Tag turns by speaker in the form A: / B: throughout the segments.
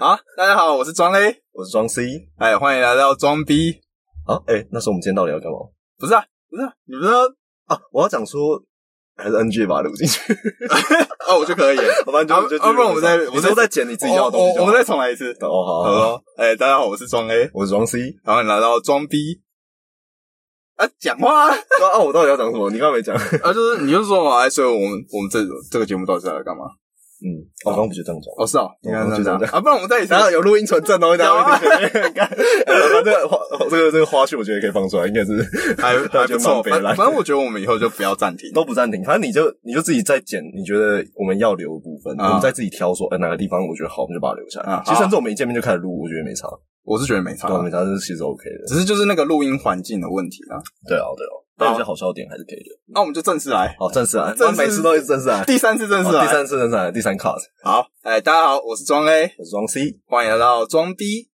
A: 好，大家好，我是庄 A，
B: 我是庄 C。
A: 哎，欢迎来到庄 B。
B: 啊，哎、那时候我们今天到底要干嘛？
A: 不是啊，不是啊，你不是要
B: 啊，我要讲说还是 NG 把它录进去，
A: 哦，我就可以了。
B: 好吧？你就
A: 啊
B: 你就
A: 啊不然我们再
B: 你
A: 我
B: 之
A: 再
B: 后再剪你自己要的
A: 我
B: 东西就
A: 我我
B: 好。
A: 们再重来一次。
B: 哦，
A: 好
B: 好好好，
A: 咯，哎，大家好，我是庄 A，
B: 我是庄 C。
A: 然后你来到装逼啊，讲 话啊，
B: 啊啊，我到底要讲什么？你刚才没讲。
A: 啊就是你就说嘛，哎，所以我们我们这这个节目到底是要来干嘛？
B: 嗯，我刚刚不就这样讲吗？
A: 哦，是哦，你看
B: 哦
A: 这
B: 就这
A: 样
B: 样
A: 讲啊，不然我们再一次
B: 然。后有录音存证哦，大家会听见。哎 反正花这个这个花絮，我觉得可以放出来，应该是
A: 还 还啊不错，
B: 我觉得蛮北
A: 反
B: 蓝
A: 反正我觉得我们以后就不要暂停。
B: 都不暂停，反正你就你就自己再剪，你觉得我们要留的部分，
A: 啊
B: 我们再自己挑说，呃，哪个地方我觉得好，我们就把它留下来
A: 啊。
B: 其实甚至我们一见面就开始录，我觉得没差，
A: 我是觉得没差
B: 对，，啊没差，这是其实 OK 的。
A: 只是就是那个录音环境的问题啊。
B: 对啊，对啊，但有些好笑的点还是可以留。
A: 那我们就正式来，
B: 好，正式啊，
A: 正
B: 我
A: 式
B: 每次都一直正式啊，
A: 第三次 正式
B: 好
A: 来。
B: 第三次正式啊，第三 cut，
A: 好，哎，大家好，我是庄 A，
B: 我是装 C。
A: 欢迎来到装逼。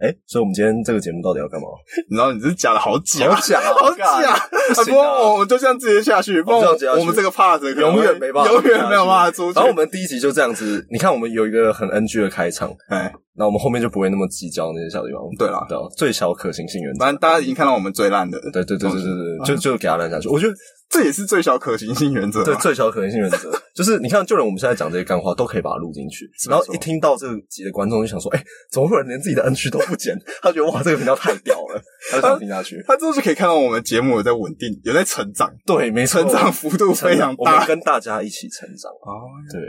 B: 哎，所以我们今天这个节目到底要干嘛？
A: 你知道你是假的好假，
B: 好假啊
A: 好
B: 干
A: 假。啊
B: 不
A: 不
B: 行啊
A: 过我们就这样直接下去，不然
B: 我们这样直接下
A: 我
B: 去
A: 我们这个 part 可能会
B: 永远没办法
A: 永远没有办法出去。
B: 然后我们第一集就这样子，你看我们有一个很 NG 的开场，
A: 哎，
B: 那我们后面就不会那么计较那些小地方。
A: 对啦
B: 对啊，最小可行性原则。
A: 反嗯正大家已经看到我们最烂的，
B: 对对对对对对，就就给他烂下去。我觉得
A: 这也是最小可行性原则啊。
B: 对最小可行性原 则，就是你看，就连我们现在讲这些干话，都可以把它录进去。然后一听到这集的观众就想说：“哎，怎么会有人连自己的 NG 都不剪？”他觉得哇，这个频道太屌了， 他就想听下去。
A: 他之后就可以看到我们节目有在稳定，有在成长，
B: 对，没错
A: 成长幅度非常
B: 我们
A: 大。
B: 跟大家一起成长。
A: 哦，
B: 对，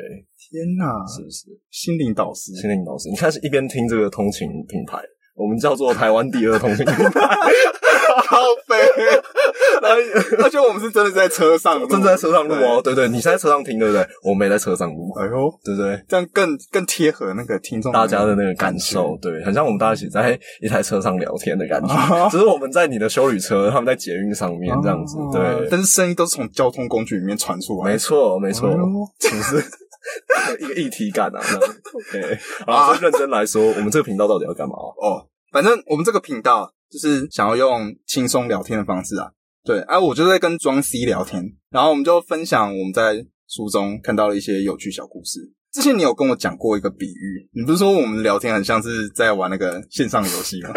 A: 天哪！
B: 是不是？
A: 心灵导 师，
B: 心灵老师，你看是一边听这个通勤品牌，我们叫做台湾第二通勤品 牌，
A: 好悲。 而且我们是真的在车上录，
B: 正在车上录哦。对对，你是在车上听对不对？我没在车上录，
A: 哎呦，
B: 对不对？
A: 这样更更贴合那个听众
B: 大家的那个感
A: 觉
B: 受，对，很像我们大家一起在一台车上聊天的 感
A: 啊
B: 觉，只是我们在你的修旅车，他们在捷运上面这样子
A: 哦，
B: 对，
A: 但是声音都是从交通工具里面传出来，
B: 没错没错
A: 哎，呦
B: 是不是？ 一个一体感啊，这 样 OK。好，所以认真来说，我们这个频道到底要干嘛 啊？
A: 哦，反正我们这个频道就是想要用轻松聊天的方式啊。对，啊，我就在跟庄 C 聊天，然后我们就分享我们在书中看到的一些有趣小故事。之前你有跟我讲过一个比喻，你不是说我们聊天很像是在玩那个线上游 戏吗？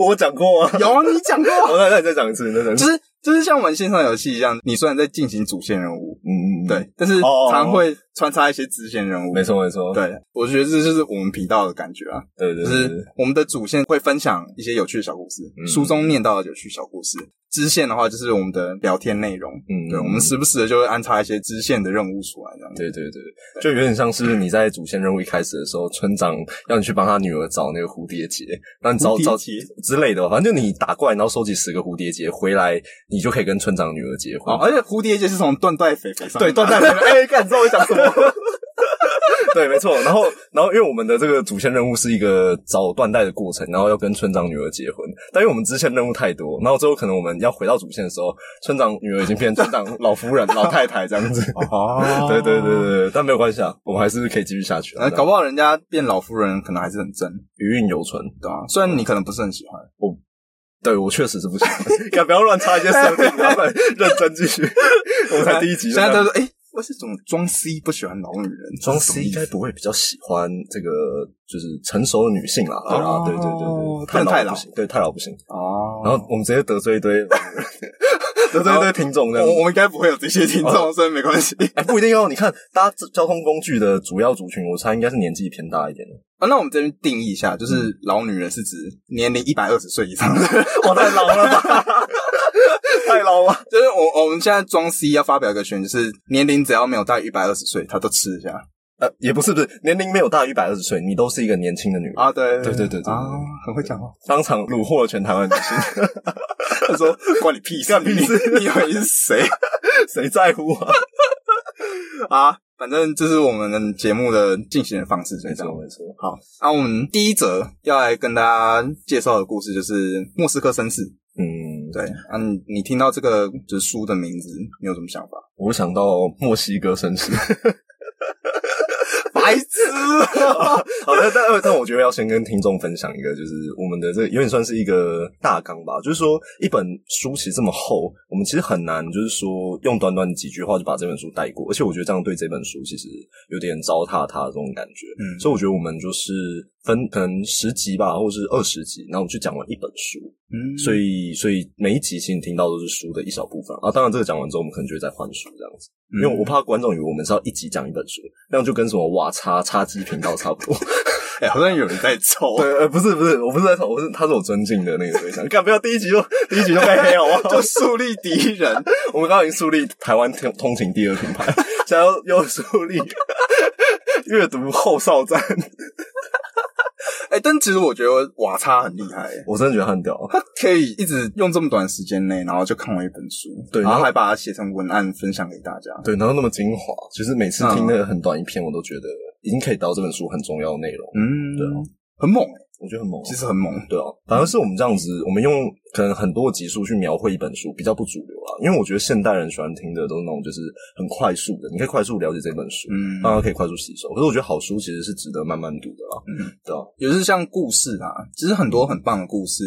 B: 我讲过啊，
A: 有啊，你讲 过啊，
B: 我那那你再讲一次，你再 讲一次，
A: 就是就是像玩线上游戏一样，你虽然在进行主线任务，
B: 嗯嗯，嗯，
A: 对，但是
B: 哦哦哦
A: 常会穿插一些支线任务。
B: 没错没错，
A: 对，我觉得这就是我们频道的感觉啊。
B: 对对
A: 就
B: 对，
A: 是我们的主线会分享一些有趣的小故事，
B: 嗯
A: 书中念到的有趣小故事。支线的话就是我们的聊天内容，
B: 嗯
A: 对，我们时不时的就会安插一些支线的任务出来，这样子。
B: 对对对，就有点像是你在主线任务一开始的时候，村长要你去帮他女儿找那个蝴蝶结，那你找
A: 蝴蝶
B: 找
A: 结
B: 之类的，反正就你打怪，然后收集十个蝴蝶结回来，你就可以跟村长女儿结婚。
A: 哦，而且蝴蝶结是从断带肥肥上
B: 啊对，
A: 面
B: 断
A: 拿
B: 代人，哎，干，你知道我想什么？ 对，没错。然后，然后，因为我们的这个主线任务是一个找断代的过程，然后要跟村长女儿结婚。但因为我们支线任务太多，然后最后可能我们要回到主线的时候，村长女儿已经变成村长老夫人、老太太这样子。
A: 哦
B: 对对对对，对，但没有关系啊，我们还是可以继续下去啊。
A: 呃，搞不好人家变老夫人可能还是很真，
B: 余韵犹存。
A: 对吧、虽然你可能不是很喜欢，
B: 对我确实是 不行，敢不要乱插一些设定，他们认真继续。我们才第一集就
A: 啊现
B: 这样，
A: 在都说，哎、为什么装 C 不喜欢老女人？
B: 装
A: 这
B: C
A: 是
B: 应
A: 什么
B: 该
A: 意思
B: 不会比较喜欢这个，就是成熟的女性啦，对
A: 哦
B: 啊，对对对对，
A: 不能太
B: 太
A: 老
B: 不行，对太老不行。
A: 哦。
B: 然后我们直接得罪 一堆，得罪一堆听众这样
A: 我我
B: 子。
A: 们应该不会有这些听
B: 哦
A: 众，所以没关系。
B: 哎，不一定哦。你看，搭交通工具的主要族群，我猜应该是年纪偏大一点的。
A: 啊，那我们这边定义一下，
B: 嗯
A: 就是老女人是指年龄一百二十岁以上的， 就
B: 我太老了吧？ 太老了。
A: 是我我们现在装 C 要发表一个宣言，就是年龄只要没有大于一百二十岁，她都吃一下
B: 呃，也不是不是，年龄没有大于一百二十岁，你都是一个年轻的女人。
A: 啊，对
B: 对对对对
A: 啊，很会 讲话，
B: 当场虏获了全台湾女性。
A: 他说关你屁事，
B: 关你屁事
A: 你，你以 为你是谁
B: 谁在乎啊？
A: 啊？反正这是我们的节目的进行的方式，就是
B: 没
A: 这样
B: 错。没错，
A: 好，那、我们第一则要来跟大家介绍的故事就是莫斯科绅士。
B: 嗯，
A: 对，啊，你你听到这个就是书的名字，你有什么想法？
B: 我想到墨西哥绅士。
A: 白痴，哦
B: 好的，但但但我觉得要先跟听众分享一个，就是我们的这个有点算是一个大纲吧，就是说一本书其实这么厚，我我们其实很难就是说用短短几句话就把这本书带过，而且我觉得这样对这本书其实有点糟蹋它的这种感觉。
A: 嗯
B: 所以我觉得我们就是分可能十集吧，或是二十集，然后我们去讲完一本书，
A: 嗯
B: 所以所以每一集其实你听到都是书的一小部分啊。当然这个讲完之后，我们可能就会再换书这样子。
A: 嗯
B: 因为我怕观众以为我们是要一集讲一本书，那样就跟什么哇叉叉鸡频道差不多。
A: 哎、好像有人在抽，
B: 对，呃，不是不是，我不是在讨，我是他是我尊敬的那个对象。干不要第一集就第一集就被黑好不好？
A: 就树立敌 人。
B: 我们刚刚已经树立台湾通通勤第二品牌， 想要又树立阅读后哨站，
A: 哎、但其实我觉得瓦差很厉害、欸，
B: 我真的觉得他很屌。啊
A: 他可以一直用这么短时间内，然后就看完一本书，
B: 对
A: 然
B: 然
A: 后
B: 后
A: 还把它写成文案分享给大家。
B: 对，然后那么精华，其实每次听那个很短一篇，我都觉得已经可以到这本书很重要的内容，
A: 嗯，
B: 对啊，
A: 很猛、欸，
B: 我觉得很猛啊。
A: 其实很猛。
B: 对啊，反而是我们这样子，我们用可能很多集数去描绘一本书，比较不主流啦。因为我觉得现代人喜欢听的都是那种就是很快速的，你可以快速了解这本书，
A: 嗯，
B: 当然可以快速吸收。可是我觉得好书其实是值得慢慢读的啦。
A: 嗯，
B: 对啊，
A: 也是像故事啊，其实很多很棒的故事，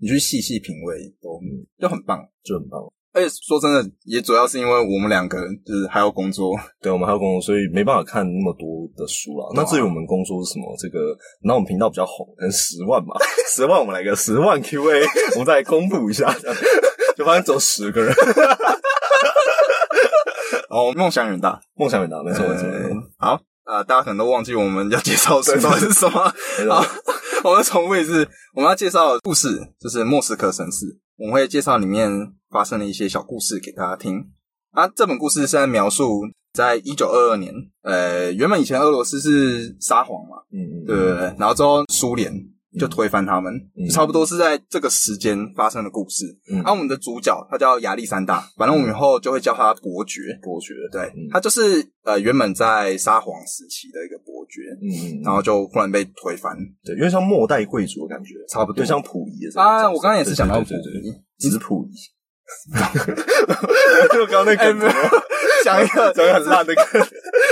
A: 你去细细品味，都
B: 嗯
A: 就很棒。
B: 就很棒。
A: 而且说真的，也主要是因为我们两个就是还要工作，
B: 对，我们还有工作，所以没办法看那么多的书啦。
A: 对啊
B: 那至于我们工作是什么，这个那我们频道比较红，可能十万吧， 十万我们来个十万 Q&A，我 们再来公布一下， 这样就发现只有十个人。
A: 哦，梦想远大，
B: 梦想远大，没错没错。没错
A: 呃好啊、呃大家可能都忘记我们要介绍的书到底是什么。
B: 没 错
A: 好，我们重复一次，我们要介绍的故事就是《莫斯科神市》，我们会介绍里面发生的一些小故事给大家听。啊，这本故事是在描述，在一九二二年，呃，原本以前俄罗斯是沙皇嘛，
B: 嗯，嗯
A: 对对对，然后之后苏联就推翻他们，
B: 嗯
A: 差不多是在这个时间发生的故事。
B: 嗯
A: 啊，我们的主角他叫亚历山大，反正我们以后就会叫他伯爵。
B: 伯爵，
A: 对
B: 嗯，
A: 他就是呃原本在沙皇时期的一个伯爵，
B: 嗯嗯，
A: 然后就忽然被推翻。
B: 对，因为像末代贵族的感觉，
A: 差不多
B: 就像溥仪的这种角
A: 啊，
B: 色
A: 我刚刚也是想到溥
B: 对对对对
A: 仪，
B: 对子溥 仪。就刚刚那
A: 哎
B: 个。
A: 没有 讲一个
B: 讲一个很烂 的梗，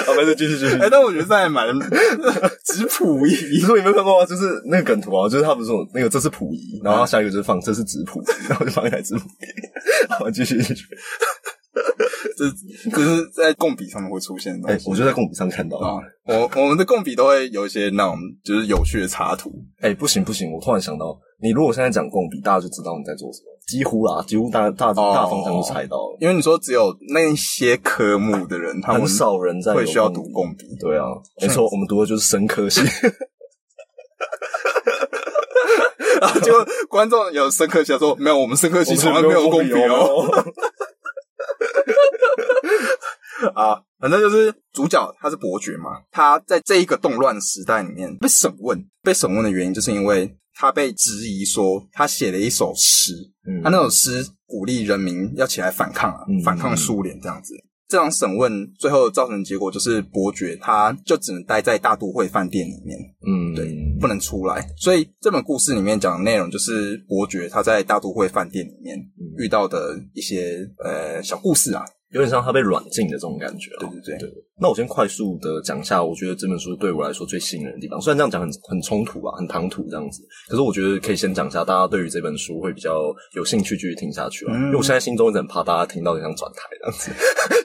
B: 好，没事，继续继续。
A: 哎，但我觉得这还 蛮子溥
B: 你
A: 仪，
B: 说有没有看过啊？就是那个梗图啊，就是他不是说那个这是溥仪，然后下一个就是放这是子溥仪，然后就放一台子溥仪。好，继续继续。
A: 这这是在贡比上面会出现的
B: 哎
A: 东，西。
B: 我就在公屏上看到
A: 啊，我我们的贡比都会有一些那种就是有趣的插图，
B: 哎、不行不行，我突然想到，你如果现在讲共笔，大家就知道你在做什么，几乎啦，几乎大大
A: 哦
B: 大方向就猜到了，
A: 因为你说只有那些科目的人，他们
B: 很少人在有
A: 哦会需要
B: 共
A: 读
B: 笔
A: 贡比。
B: 对啊，没错，我们读的就是生科系，
A: 然后结果观众有深刻想说，没有， 我们深刻系从来没 有共
B: 共
A: 比
B: 笔
A: 哦。
B: 哦。
A: 啊，反正就是主角他是伯爵嘛，他在这一个动乱时代里面被审问，被审问的原因就是因为他被质疑说他写了一首诗，
B: 嗯
A: 他那首诗鼓励人民要起来反抗啊，
B: 嗯
A: 反抗苏联这样子。这场审问最后造成的结果就是伯爵他就只能待在大都会饭店里面，
B: 嗯，
A: 对，不能出来。所以这本故事里面讲的内容就是伯爵他在大都会饭店里面
B: 嗯
A: 遇到的一些呃小故事啊，
B: 有点像他被软禁的这种感觉、啊。
A: 对对对
B: 那我先快速的讲一下，我觉得这本书对我来说最吸引人的地方。虽然这样讲很很冲突啊，很唐突这样子，可是我觉得可以先讲一下，大家对于这本书会比较有兴趣继续听下去啊。
A: 嗯
B: 因为我现在心中一直很怕大家听到很想转台这样子，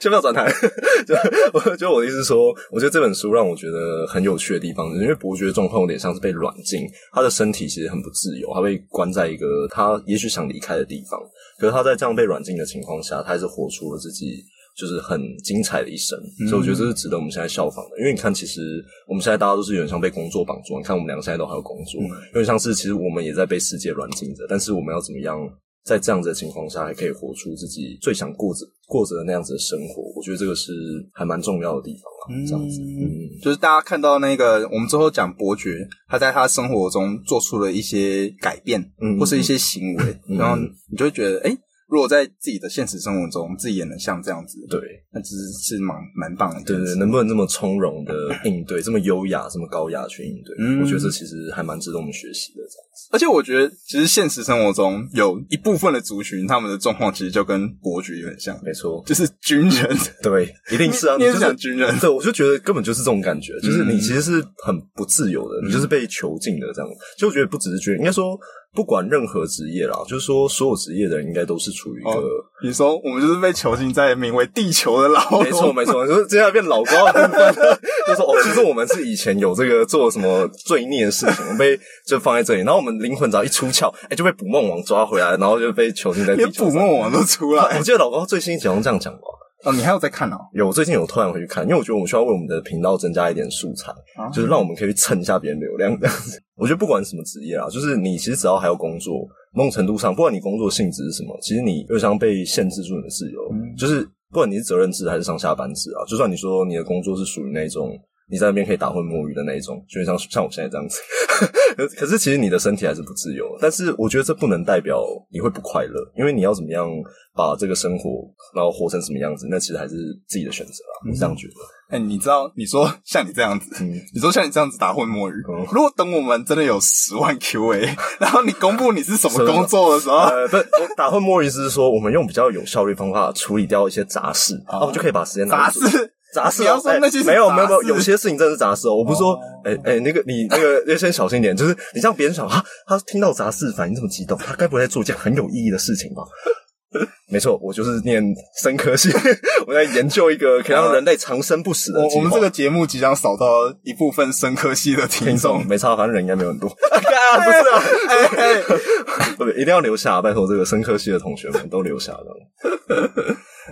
B: 先不要转台。 就我就我的意思是说，我觉得这本书让我觉得很有趣的地方，因为伯爵的状况有点像是被软禁，他的身体其实很不自由，他被关在一个他也许想离开的地方。可是他在这样被软禁的情况下，他还是活出了自己就是很精彩的一生，
A: 嗯
B: 所以我觉得这是值得我们现在效仿的。因为你看，其实我们现在大家都是有点像被工作绑住，你看我们两个现在都还有工作，
A: 嗯
B: 有点像是其实我们也在被世界软禁着，但是我们要怎么样？在这样子的情况下，还可以活出自己最想过着过着的那样子的生活，我觉得这个是还蛮重要的地方啊。这样子，嗯，
A: 就是大家看到那个，我们之后讲伯爵，他在他生活中做出了一些改变，
B: 嗯
A: 或是一些行为，
B: 嗯
A: 然后你就会觉得，哎、如果在自己的现实生活中，自己也能像这样子，，
B: 对
A: 那其实是蛮蛮棒的一件
B: 对
A: 事，
B: 对，能不能这么从容的应对，这么优雅、这么高雅去应对？
A: 嗯
B: 我觉得这其实还蛮值得我们学习的。这样
A: 而且我觉得，其实现实生活中有一部分的族群，他们的状况其实就跟伯爵有点像，
B: 没错，
A: 就是军人。
B: 对，一定是啊，
A: 你你也
B: 就是
A: 讲军人
B: 对，我就觉得根本就是这种感觉，就是
A: 嗯
B: 你其实是很不自由的，你就是被囚禁的这样。就我觉得不只是军人，应该说不管任何职业啦，就是说所有职业的人应该都是处于一个。
A: 哦你说我们就是被囚禁在名为地球的牢笼，
B: 没错，没错，就是接下来变老高的部分，就说哦，其实我们是以前有这个做什么罪孽的事情，我们被就放在这里，然后我们灵魂只要一出窍，哎、就被捕梦王抓回来，然后就被囚禁在地
A: 连
B: 球
A: 捕
B: 上。
A: 梦网都出来
B: 我记得老高最新一集好像这样讲过，
A: 哦，你还有在看哦？
B: 有，我最近有突然回去看，因为我觉得我们需要为我们的频道增加一点素材，
A: 啊
B: 就是让我们可以蹭一下别人流量这样子。我觉得不管什么职业啊，就是你其实只要还有工作，某种程度上，不管你工作性质是什么，其实你又像被限制住你的自由，
A: 嗯
B: 就是不管你是责任制还是上下班制啊，就算你说你的工作是属于那种你在那边可以打混摸鱼的那一种，就像像我现在这样子。 可可是其实你的身体还是不自由，但是我觉得这不能代表你会不快乐，因为你要怎么样把这个生活，然后活成什么样子，那其实还是自己的选择啊。我是这样觉得。
A: 哎、你知道，你说 像你这样子，
B: 嗯
A: 你说像你这样子打混摸鱼，
B: 嗯
A: 如果等我们真的有十万 QA，然 后你公布你是什么工作的时候，
B: 呃，不，我打混摸鱼是说，我们用比较有效率方法处理掉一些杂事，啊，我们就可以把时间拿
A: 杂
B: 去
A: 事
B: 做杂事哦、
A: 你要说
B: 哎
A: 那些是
B: 没有
A: 杂
B: 没有没有，
A: 事
B: 有些事情真的是杂事哦。我不是说
A: 哦，
B: 哎哎、那个你那个要先小心一点，就是你这样别人想啊，他听到杂事反应这么激动，他该不会在做一件很有意义的事情吧？ 没错，我就是念生科系，我在研究一个可以让人类长生不死 的
A: 哦我
B: 计
A: 我们
B: 划
A: 这个节目即将扫到一部分生科系的听
B: 听
A: 众
B: 众。没差，反正人应该没有 很多。 啊，不是啊，
A: 哎、哎
B: 不一定要留下，拜托这个生科系的同学们都留下了。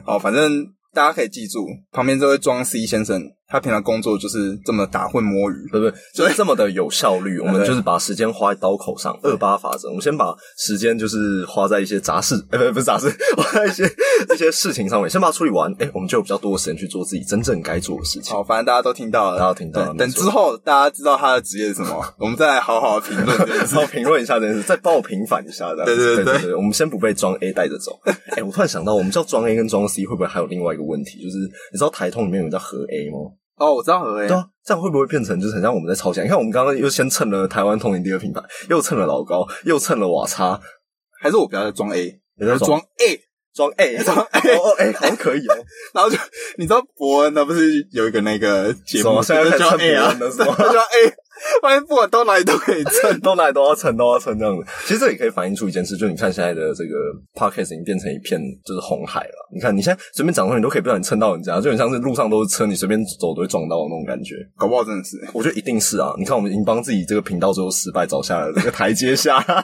A: 好，反正大家可以记住，旁边这位庄 C 先生，他平常工作就是这么打混摸鱼。
B: 对 不对？就是这么的有效率，我们
A: 对
B: 就是把时间花在刀口上，二八法则。我们先把时间就是花在一些杂事，哎、不不是杂事，花在一些 一些事情上面，先把它处理完，哎、我们就有比较多的时间去做自己真正该做的事情。
A: 好，反正大家都听到了，
B: 大家都听到了
A: 对
B: 没
A: 等
B: 错
A: 之后大家知道他的职业是什么， 我们再来好好地评论这件事
B: 然后评论一下这件事，再帮我平反一下，这样
A: 对
B: 子
A: 对
B: 对
A: 对
B: 对我们先不被装 A 带着走。哎、我突然想到，我们叫装 A 跟装 C 会不会还有另外一个问题？就是你知道台通里面有人叫和 A 吗？
A: 哦，我知道何 A，
B: 对啊，这样会不会变成就是很像我们在抄袭？你看我们刚刚又先蹭了台湾通灵第二品牌，又蹭了老高，又蹭了瓦差，
A: 还是我不要再装 A，
B: 也在
A: 我装 A，
B: 装 A，装 A，哦哦 A 好像可以哦。
A: 然后就你知道伯恩他不是有一个那个节
B: 什
A: 目，
B: 么现在
A: 就
B: 开始
A: 叫
B: 蹭别
A: A 啊，
B: 人
A: 对
B: 了
A: 就是
B: 吗
A: 叫 A，发现不管到哪里都可以蹭。
B: 都来都要蹭，都要蹭这样子。其实这也可以反映出一件事，就是你看现在的这个 podcast 已经变成一片就是红海了。你看你现在随便讲话，你都可以不小心蹭到人家，就很像是路上都是车，你随便走都会撞到的那种感觉。
A: 搞不好真的是，
B: 我觉得一定是啊！你看我们已经帮自己这个频道最后失败找下了这个台阶下，
A: 哎，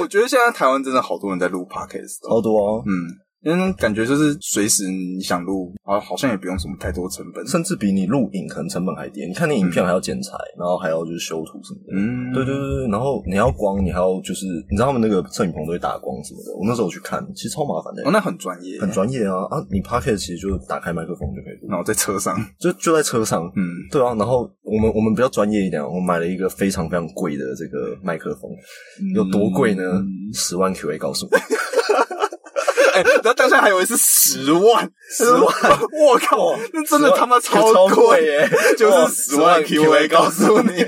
A: 我觉得现在台湾真的好多人在录 podcast，哦
B: 超多哦，
A: 嗯，因为感觉就是随时你想录啊，好像也不用什么太多成本。
B: 甚至比你录影可能成本还低。你看你影片还要剪裁，然后还要就是修图什么的。
A: 嗯，
B: 对对对，对，然后你要光，你还要就是，你知道他们那个摄影棚都会打光什么的。我那时候去看，其实超麻烦的、
A: 哦，那很专业，
B: 很。专业啊啊！你 p o c k e t 其实就打开麦克风就可以录，
A: 然后在车上，
B: 就就在车上。
A: 嗯，
B: 对啊，然后我们我们比较专业一点啊，我买了一个非常非常贵的这个麦克风，嗯有多贵呢？十万 QA 告诉你，
A: 嗯哎，然后当下还以为是十万，
B: 十万
A: 我靠，那真的他妈
B: 10万超
A: 贵
B: 贵耶
A: 就
B: 哇
A: 是十万
B: 10万
A: QA 告诉你，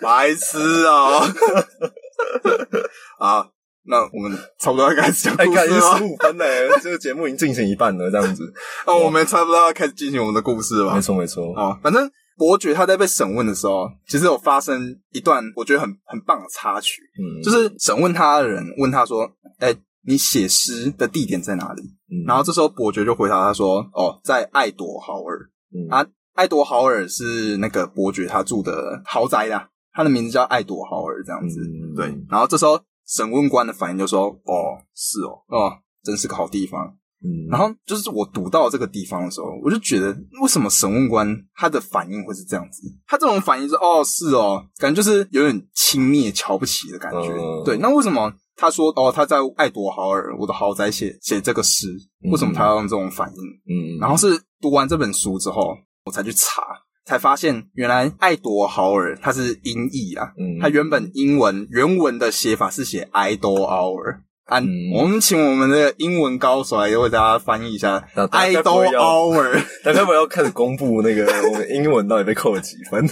A: 白痴啊！ 啊，那我们差不多要开始讲
B: 哎，
A: 故
B: 看
A: 事
B: 已经
A: 了
B: 十，五分嘞，这个节目已经进行一半了，这样子，
A: 那哦我们差不多要开始进行我们的故事了吧
B: 没？错没错，
A: 啊，反正伯爵他在被审问的时候，其实有发生一段我觉得很很棒的插曲，
B: 嗯，
A: 就是审问他的人问他说：“哎、你写诗的地点在哪里？”
B: 嗯
A: 然后这时候伯爵就回答他说：“哦，在艾朵豪尔。
B: 嗯
A: 啊艾朵豪尔是那个伯爵他住的豪宅啦，他的名字叫艾朵豪尔这样子。
B: 嗯
A: 对，然后这时候审问官的反应就说：‘哦，是哦，哦，真是个好地方。’
B: 嗯，
A: 然后就是我读到这个地方的时候，我就觉得为什么审问官他的反应会是这样子？他这种反应是哦是哦，感觉就是有点轻蔑、瞧不起的感觉。
B: 嗯
A: 对，那为什么他说哦他在爱朵豪尔我的豪宅写写这个诗，为什么他要用这种反应？
B: 嗯，
A: 然后是读完这本书之后，我才去查，才发现原来爱朵豪尔它是音译啊，
B: 嗯
A: 它原本英文原文的写法是写 idol hour。啊，
B: 嗯
A: 我们请我们的英文高手来为大家翻译一下
B: 那
A: idol
B: 大家不会要
A: hour。
B: 大家不要开始公布那个我们英文到底被扣了几分？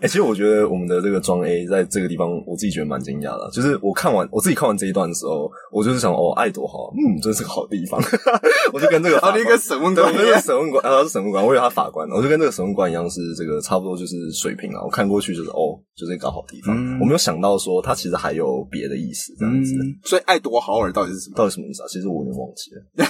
B: 欸，其实我觉得我们的这个装 A 在这个地方，我自己觉得蛮惊讶的。就是我看完我自己看完这一段的时候，我就是想，哦，爱多好，嗯，真是个好地方。 我就跟这个法
A: 然后
B: 官
A: 哦你跟啊审问
B: 对，我
A: 官
B: 跟
A: 一
B: 这个
A: 样，
B: 审问官，啊，他是审问官，我以为他法官，我就跟这个审问官一样，是这个差不多就是水平啊。我看过去就是哦，就是一个好地方。
A: 嗯
B: 我没有想到说他其实还有别的意思，这样子、
A: 嗯，所以爱多豪尔到底是什么？
B: 到底什么意思啊？其实我有点忘记了。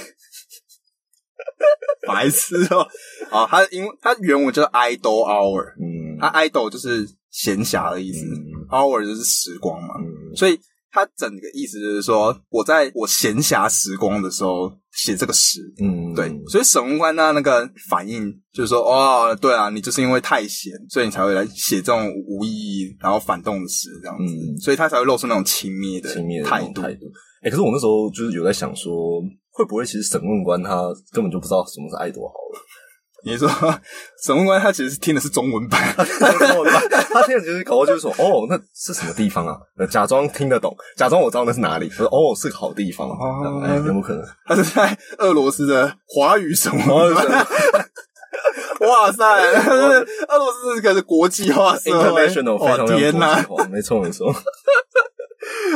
A: 白痴哦、啊，他因为他原文叫 idol hour，
B: 嗯，
A: 他 idol 就是闲暇的意思、
B: 嗯
A: h o u r 就是时光嘛，
B: 嗯
A: 所以他整个意思就是说，我在我闲暇时光的时候写这个诗。
B: 嗯，
A: 对，所以审问官他那个反应就是说，哦，对啊，你就是因为太闲，所以你才会来写这种无意义然后反动的诗这样子，
B: 嗯
A: 所以他才会露出那种轻蔑的
B: 轻蔑的那
A: 态
B: 种
A: 度。
B: 态度。哎、可是我那时候就是有在想说，会不会其实审问官他根本就不知道什么是爱多好 了？
A: 你说审问官他其实听的是中文版，
B: 他听的就是搞到就是说，哦，那是什么地方啊？呃假装听得懂，假装我知道那是哪里。他说，哦，是个好地方。
A: 哦
B: 哎、有没 有可能？
A: 他是在俄罗斯的华语审 问
B: 华语审
A: 版。哇塞，俄罗斯这个是国际化社会
B: international 非常
A: 哦
B: 非
A: 天
B: 常
A: 哪！
B: 国际化，没错没错。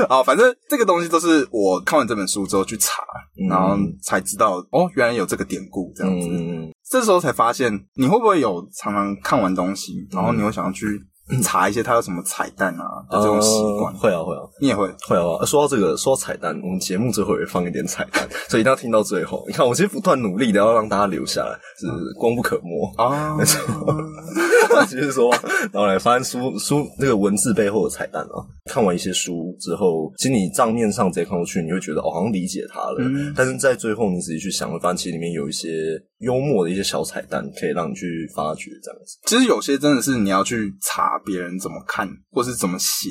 A: 啊，反正这个东西都是我看完这本书之后去查，
B: 嗯
A: 然后才知道哦，原来有这个典故这样子。
B: 嗯，
A: 这时候才发现，你会不会有常常看完东西，然
B: 嗯
A: 后你会想要去查一些它有什么彩蛋啊的这种习惯
B: 呃？会啊会啊
A: 你也会
B: 会啊。呃说到这个，说到彩蛋，我们节目最后也会放一点彩蛋，所以一定要听到最后。你看，我其实不断努力的要让大家留下来，是功不可 没。
A: 啊？
B: 没错，就是说，然后来发现书书那个文字背后的彩蛋啊。看完一些书之后，其实你账面上直接看过去，你会觉得哦，好像理解它了。
A: 嗯
B: 但是在最后你仔细去想，会发现其实里面有一些幽默的一些小彩蛋，可以让你去发掘这样子。
A: 其实有些真的是你要去查别人怎么看，或是怎么写，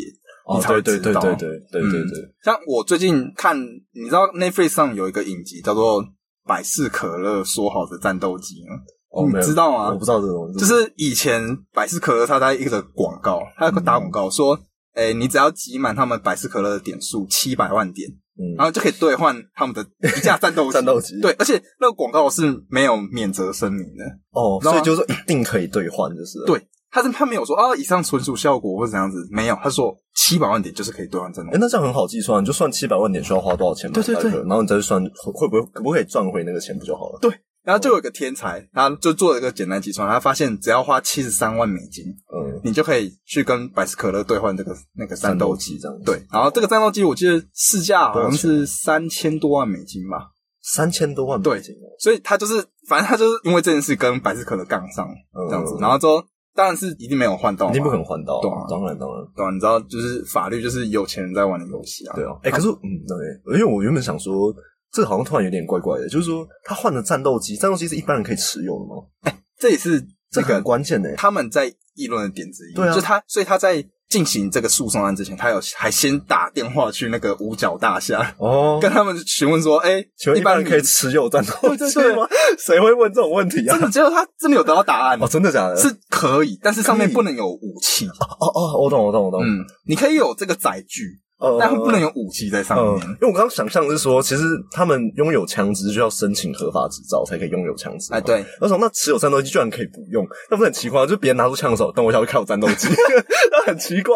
A: 你才
B: 对
A: 会
B: 哦对
A: 知
B: 对
A: 道。嗯
B: 对对对对对，
A: 像我最近看，你知道 Netflix 上有一个影集叫做《百事可乐说好的战斗机》吗？
B: 哦
A: 你
B: 没有
A: 知道吗
B: 我不知道这个东西，
A: 就是以前百事可乐它在一个广告，它
B: 嗯
A: 打广告说，哎、你只要集满他们百事可乐的点数七百万点，
B: 嗯
A: 然后就可以兑换他们的一架战斗机。
B: 战斗机
A: 对，而且那个广告是没有免责声明的，
B: 哦，
A: 知道啊
B: 所
A: 吗
B: 以就是说一定可以兑换，就是
A: 对他是他没有说啊，以上纯属效果或者怎样子，没有，他说七百万点就是可以兑换战斗
B: 哎、
A: 机。
B: 那这样很好计算，你就算七百万点需要花多少钱买
A: 对对
B: 那个
A: 对
B: 然后你再去算会会不会可不可以赚回那个钱不就好了？
A: 然后就有一个天才，他就做了一个简单计算，他发现只要花七十三万美金，
B: 嗯，
A: 你就可以去跟百事可乐兑换这个那个战斗机
B: 战斗机这样子
A: 对，然后这个战斗机我记得市价好
B: 多少
A: 像
B: 钱
A: 是三千多万美金吧，
B: 三千多万美金哦，
A: 所以他就是反正他就是因为这件事跟百事可乐杠上
B: 嗯
A: 这样子，然后之后当然是一定没有换到嘛，
B: 一定不可能换到啊，
A: 对啊
B: 当然当然，
A: 对吧、你知道就是法律就是有钱人在玩的游戏啊，
B: 对啊，哎、可是嗯，对，因为我原本想说，这个好像突然有点怪怪的，就是说他换了战斗机，战斗机是一般人可以持有的吗？
A: 这也是这
B: 这个
A: 个
B: 很关键 呢、
A: 他们在议论的点之一，
B: 对啊
A: 就他所以他在进行这个诉讼案之前，他有还先打电话去那个五角大厦。
B: 哦
A: 跟他们询问说：“哎、
B: 请问一
A: 般
B: 般人可以
A: 民
B: 持有战斗
A: 对对
B: 机
A: 对
B: 吗？ 谁会问这种问题啊
A: 真？的，结果他真的有得到答案
B: 哦，，真的假的？
A: 是可以，但是上面
B: 可以
A: 不能有武器。
B: 哦哦，我懂我懂我懂，
A: 嗯，你可以有这个载具，
B: 呃
A: 但它不能有武器在上
B: 嗯，
A: 面。
B: 因为我刚刚想象是说，其实他们拥有枪支就要申请合法执照才可以拥有枪支。
A: 哎，，对，
B: 我想那持有战斗机居然可以不用，那不是很奇怪吗？就别人拿出枪的时候，等我一下会开我战斗机， 那很奇怪。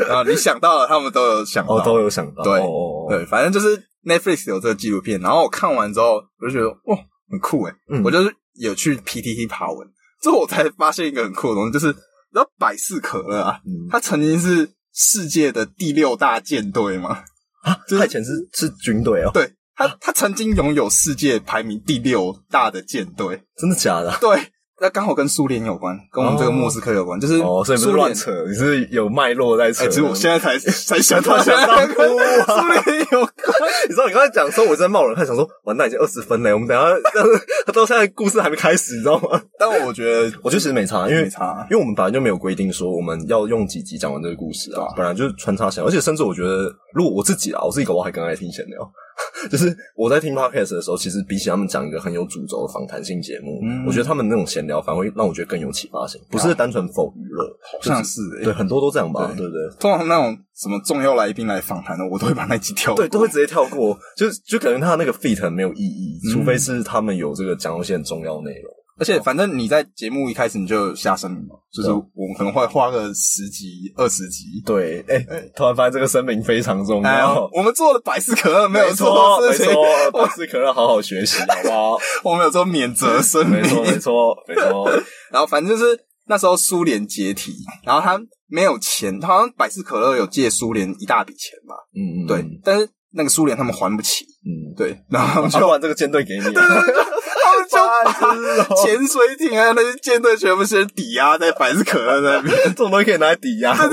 A: 然啊后你想到了，他们都有想
B: 哦，
A: 到。
B: 都有想到，
A: 对
B: 哦哦、哦
A: 对，反正就是 Netflix 有这个纪录片，然后我看完之后，我就觉得哇，很酷诶
B: 嗯
A: 我就是有去 PTT 爬文，之后我才发现一个很酷的东西，就是你知道百事可乐啊，
B: 嗯
A: 它曾经是世界的第六大舰队嘛，
B: 啊，
A: 就是
B: 他以前是是军队哦，
A: 对。它它曾经拥有世界排名第六大的舰队，
B: 真的假的啊？
A: 对，那刚好跟苏联有关，跟我们这个莫斯科有关，就是
B: 哦，所以不
A: 苏
B: 是
A: 联
B: 乱。扯，嗯你是有脉络在扯
A: 哎，
B: 的。
A: 其实我现在才才想
B: 突
A: 到
B: 然想到哭啊
A: 苏联有关，
B: 你知道你刚才讲说，我在冒冷汗，想说完蛋已经二十分了，我们等一下 他到现在故事还没开始，你知道吗？
A: 但我觉得
B: 我觉得其实没差，因啊为
A: 没差
B: 因为我们本来就没有规定说我们要用几集讲完这个故事
A: 对
B: 啊
A: 啊，
B: 本来就是穿插起来，而且甚至我觉得，如果我自己啊，我自己搞不好还更爱听闲聊。 就是我在听 podcast 的时候，其实比起他们讲一个很有主轴的访谈性节目，
A: 嗯啊
B: 我觉得他们那种闲聊反而会让我觉得更有启发性，不是单纯否娱乐，
A: 好像是哎
B: 对，很多都这样吧，
A: 对
B: 对不对？
A: 通常那种什么重要来宾来访谈的，我都会把那集跳过。
B: 对，都会直接跳
A: 嗯
B: 过，就就感觉他那个 fit 很没有意义，除非是他们有这个讲到一些很重要内容。
A: 而且反正你在节目一开始你就有下声明嘛，就是
B: 对
A: 我们可能会花个十集、二十集。
B: 对，哎、突然发现这个声明非常重
A: 哎呀
B: 要，，
A: 我们做了百事可乐，没有
B: 没错，
A: 做
B: 没
A: 事情，
B: 错，百事可乐好好学习，好不好？
A: 我们有做免责声
B: 没
A: 明。
B: 错，没错，没 错，嗯
A: 然后反正就是那时候苏联解体，然后他没有钱，他好像百事可乐有借苏联一大笔钱吧？
B: 嗯，嗯
A: 对，
B: 嗯
A: 但是那个苏联他们还不起，
B: 嗯，
A: 对，然后他 们就
B: 就把这个舰队给你，啊对
A: 他们就把
B: 对
A: 潜水艇啊那些舰队全部先抵押在百事可乐那 边，
B: 这种东西可以拿来抵押吗？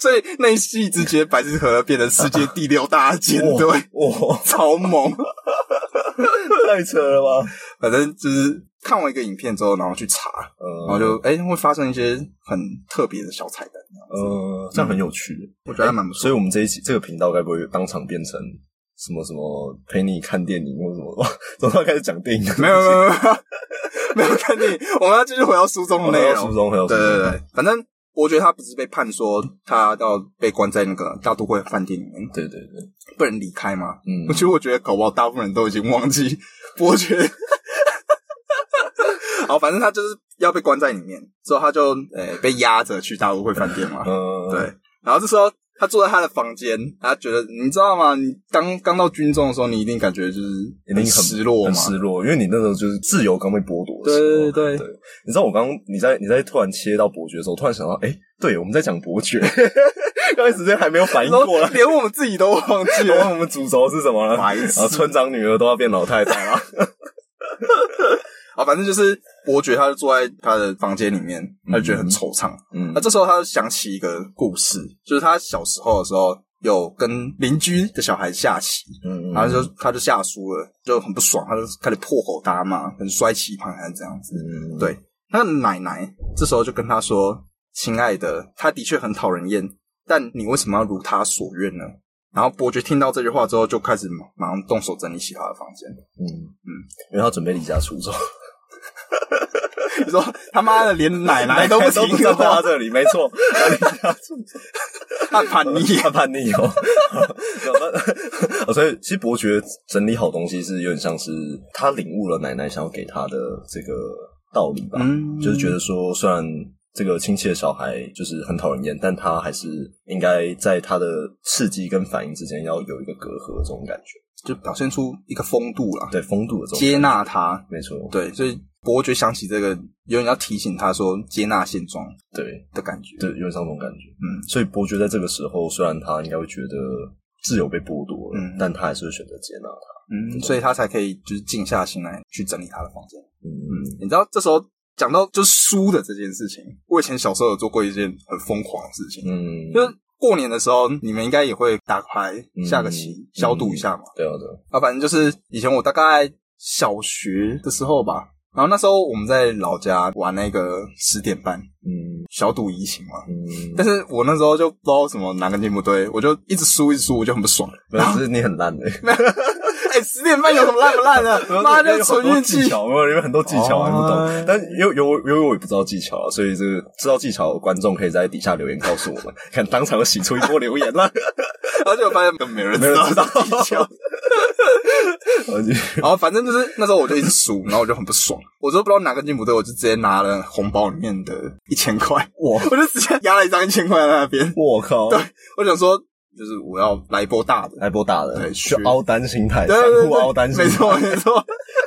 A: 所以那一夕之间，百事可乐变成世界第六大舰队，
B: 哇，
A: 超猛。
B: 太扯了 吧？
A: 反正就是看完一个影片之后，然后去查，然后
B: 嗯，
A: 就哎、会发生一些很特别的小彩蛋，嗯
B: 呃，这样很有趣，
A: 我觉得还蛮不错。
B: 所以我们这一期这个频道该不会当场变成什么什么陪你看电影或什么？怎么开始讲电影？
A: 没有没有没有没有看电影，我们要继续回到书中的
B: 没
A: 内
B: 有，
A: 容
B: 初。中，没有，
A: 对对对，反正我觉得他不是被判说他要被关在那个大都会饭店里面，
B: 对对对，
A: 不能离开吗？
B: 嗯
A: 其，实我觉得搞不好大部分人都已经忘记伯爵。好，反正他就是要被关在里面，之后他就呃、被压着去大都会饭店嘛。
B: 呃，
A: 对，然后这时候他坐在他的房间，他觉得你知道吗？你刚刚到军中的时候，你一定感觉就是
B: 一定很
A: 失落
B: 很
A: 嘛。
B: 失落，因为你那时候就是自由刚被剥夺的时
A: 对
B: 候。
A: 对对
B: 对，你知道我刚刚你在你在突然切到伯爵的时候，我突然想到，哎、对我们在讲伯爵， 刚开始之间还没有反应
A: 然后
B: 过来，哦
A: 连我们自己都忘记
B: 然
A: 了。
B: 后我们主轴是什么 呢？
A: 白
B: 然
A: 痴
B: 后村长女儿都要变老太太了。
A: 啊，反正就是伯爵，他就坐在他的房间里面，他就觉得很惆怅。
B: 嗯
A: 那、，这时候他就想起一个故事，就是他小时候的时候有跟邻居的小孩下棋，
B: 嗯
A: 然后就他就下输了，就很不爽，他就开始破口大骂，很摔棋盘还是这样子。
B: 嗯，
A: 对，那奶奶这时候就跟他说：“亲爱的，他的确很讨人厌，但你为什么要如他所愿呢？”然后伯爵听到这句话之后，就开始马上动手整理起他的房间。
B: 嗯嗯，因为他准备离家出走，
A: 你说他妈的， 连奶奶都不
B: 都
A: 听
B: 不站在
A: 话
B: 他，这里，没 错，他离家出走。
A: 他叛 逆。
B: 他叛逆哦。啊所以其实伯爵整理好东西是有点像是他领悟了奶奶想要给他的这个道理吧，
A: 嗯
B: 就是觉得说虽然。这个亲戚的小孩就是很讨人厌，但他还是应该在他的刺激跟反应之间要有一个隔阂，这种感觉，
A: 就表现出一个风度啦，
B: 对风度的这种感觉，
A: 接纳他。
B: 没错，
A: 对，所以伯爵想起这个，有人要提醒他说接纳现状
B: 对
A: 的感觉。
B: 对，有点像这种感觉。
A: 嗯，
B: 所以伯爵在这个时候，虽然他应该会觉得自由被剥夺了，
A: 嗯
B: 但他还是会选择接纳他。
A: 嗯，所以他才可以就是静下心来去整理他的房间。
B: 嗯，
A: 你知道这时候讲到就是书的这件事情，我以前小时候有做过一件很疯狂的事情，
B: 嗯，
A: 就是过年的时候，你们应该也会打牌、
B: 嗯
A: 下个棋、消毒一下嘛。
B: 对啊，对啊，
A: 啊，反正就是以前我大概小学的时候吧，然后那时候我们在老家玩那个十点半
B: 嗯
A: 小赌怡情嘛。
B: 嗯，
A: 但是我那时候就不知道什么哪根筋不对，我就一直输，一直输，我就很不爽。
B: 没有，只是你很烂的、欸。
A: 哎、十点半有什么烂不烂 的？妈
B: 有
A: 就
B: 很
A: 纯
B: 多
A: 运
B: 技
A: 气。
B: 巧，没有，因为很多技巧还不
A: 哦
B: 懂。但有有有我也不知道技巧啊，所以这个知道技巧的观众可以在底下留言告诉我们，看当场洗出一波留言啦。
A: 而且我发现根本 没 人
B: 没
A: 知
B: 人
A: 道
B: 知道
A: 这技 巧。
B: 而且
A: 然后反正就是那时候我就一直输，然后我就很不爽，我就不知道哪根筋不对，我就直接拿了红包里面的一千块，
B: 我
A: 我就直接压了一张一千块在那边。
B: 我靠，
A: 对我想说，就是我要来一波大的，
B: 来波大
A: 对
B: 的，
A: 学
B: 是凹单心态，
A: 对
B: 相
A: 对
B: 互凹单
A: 对，
B: 心态，
A: 没错没错。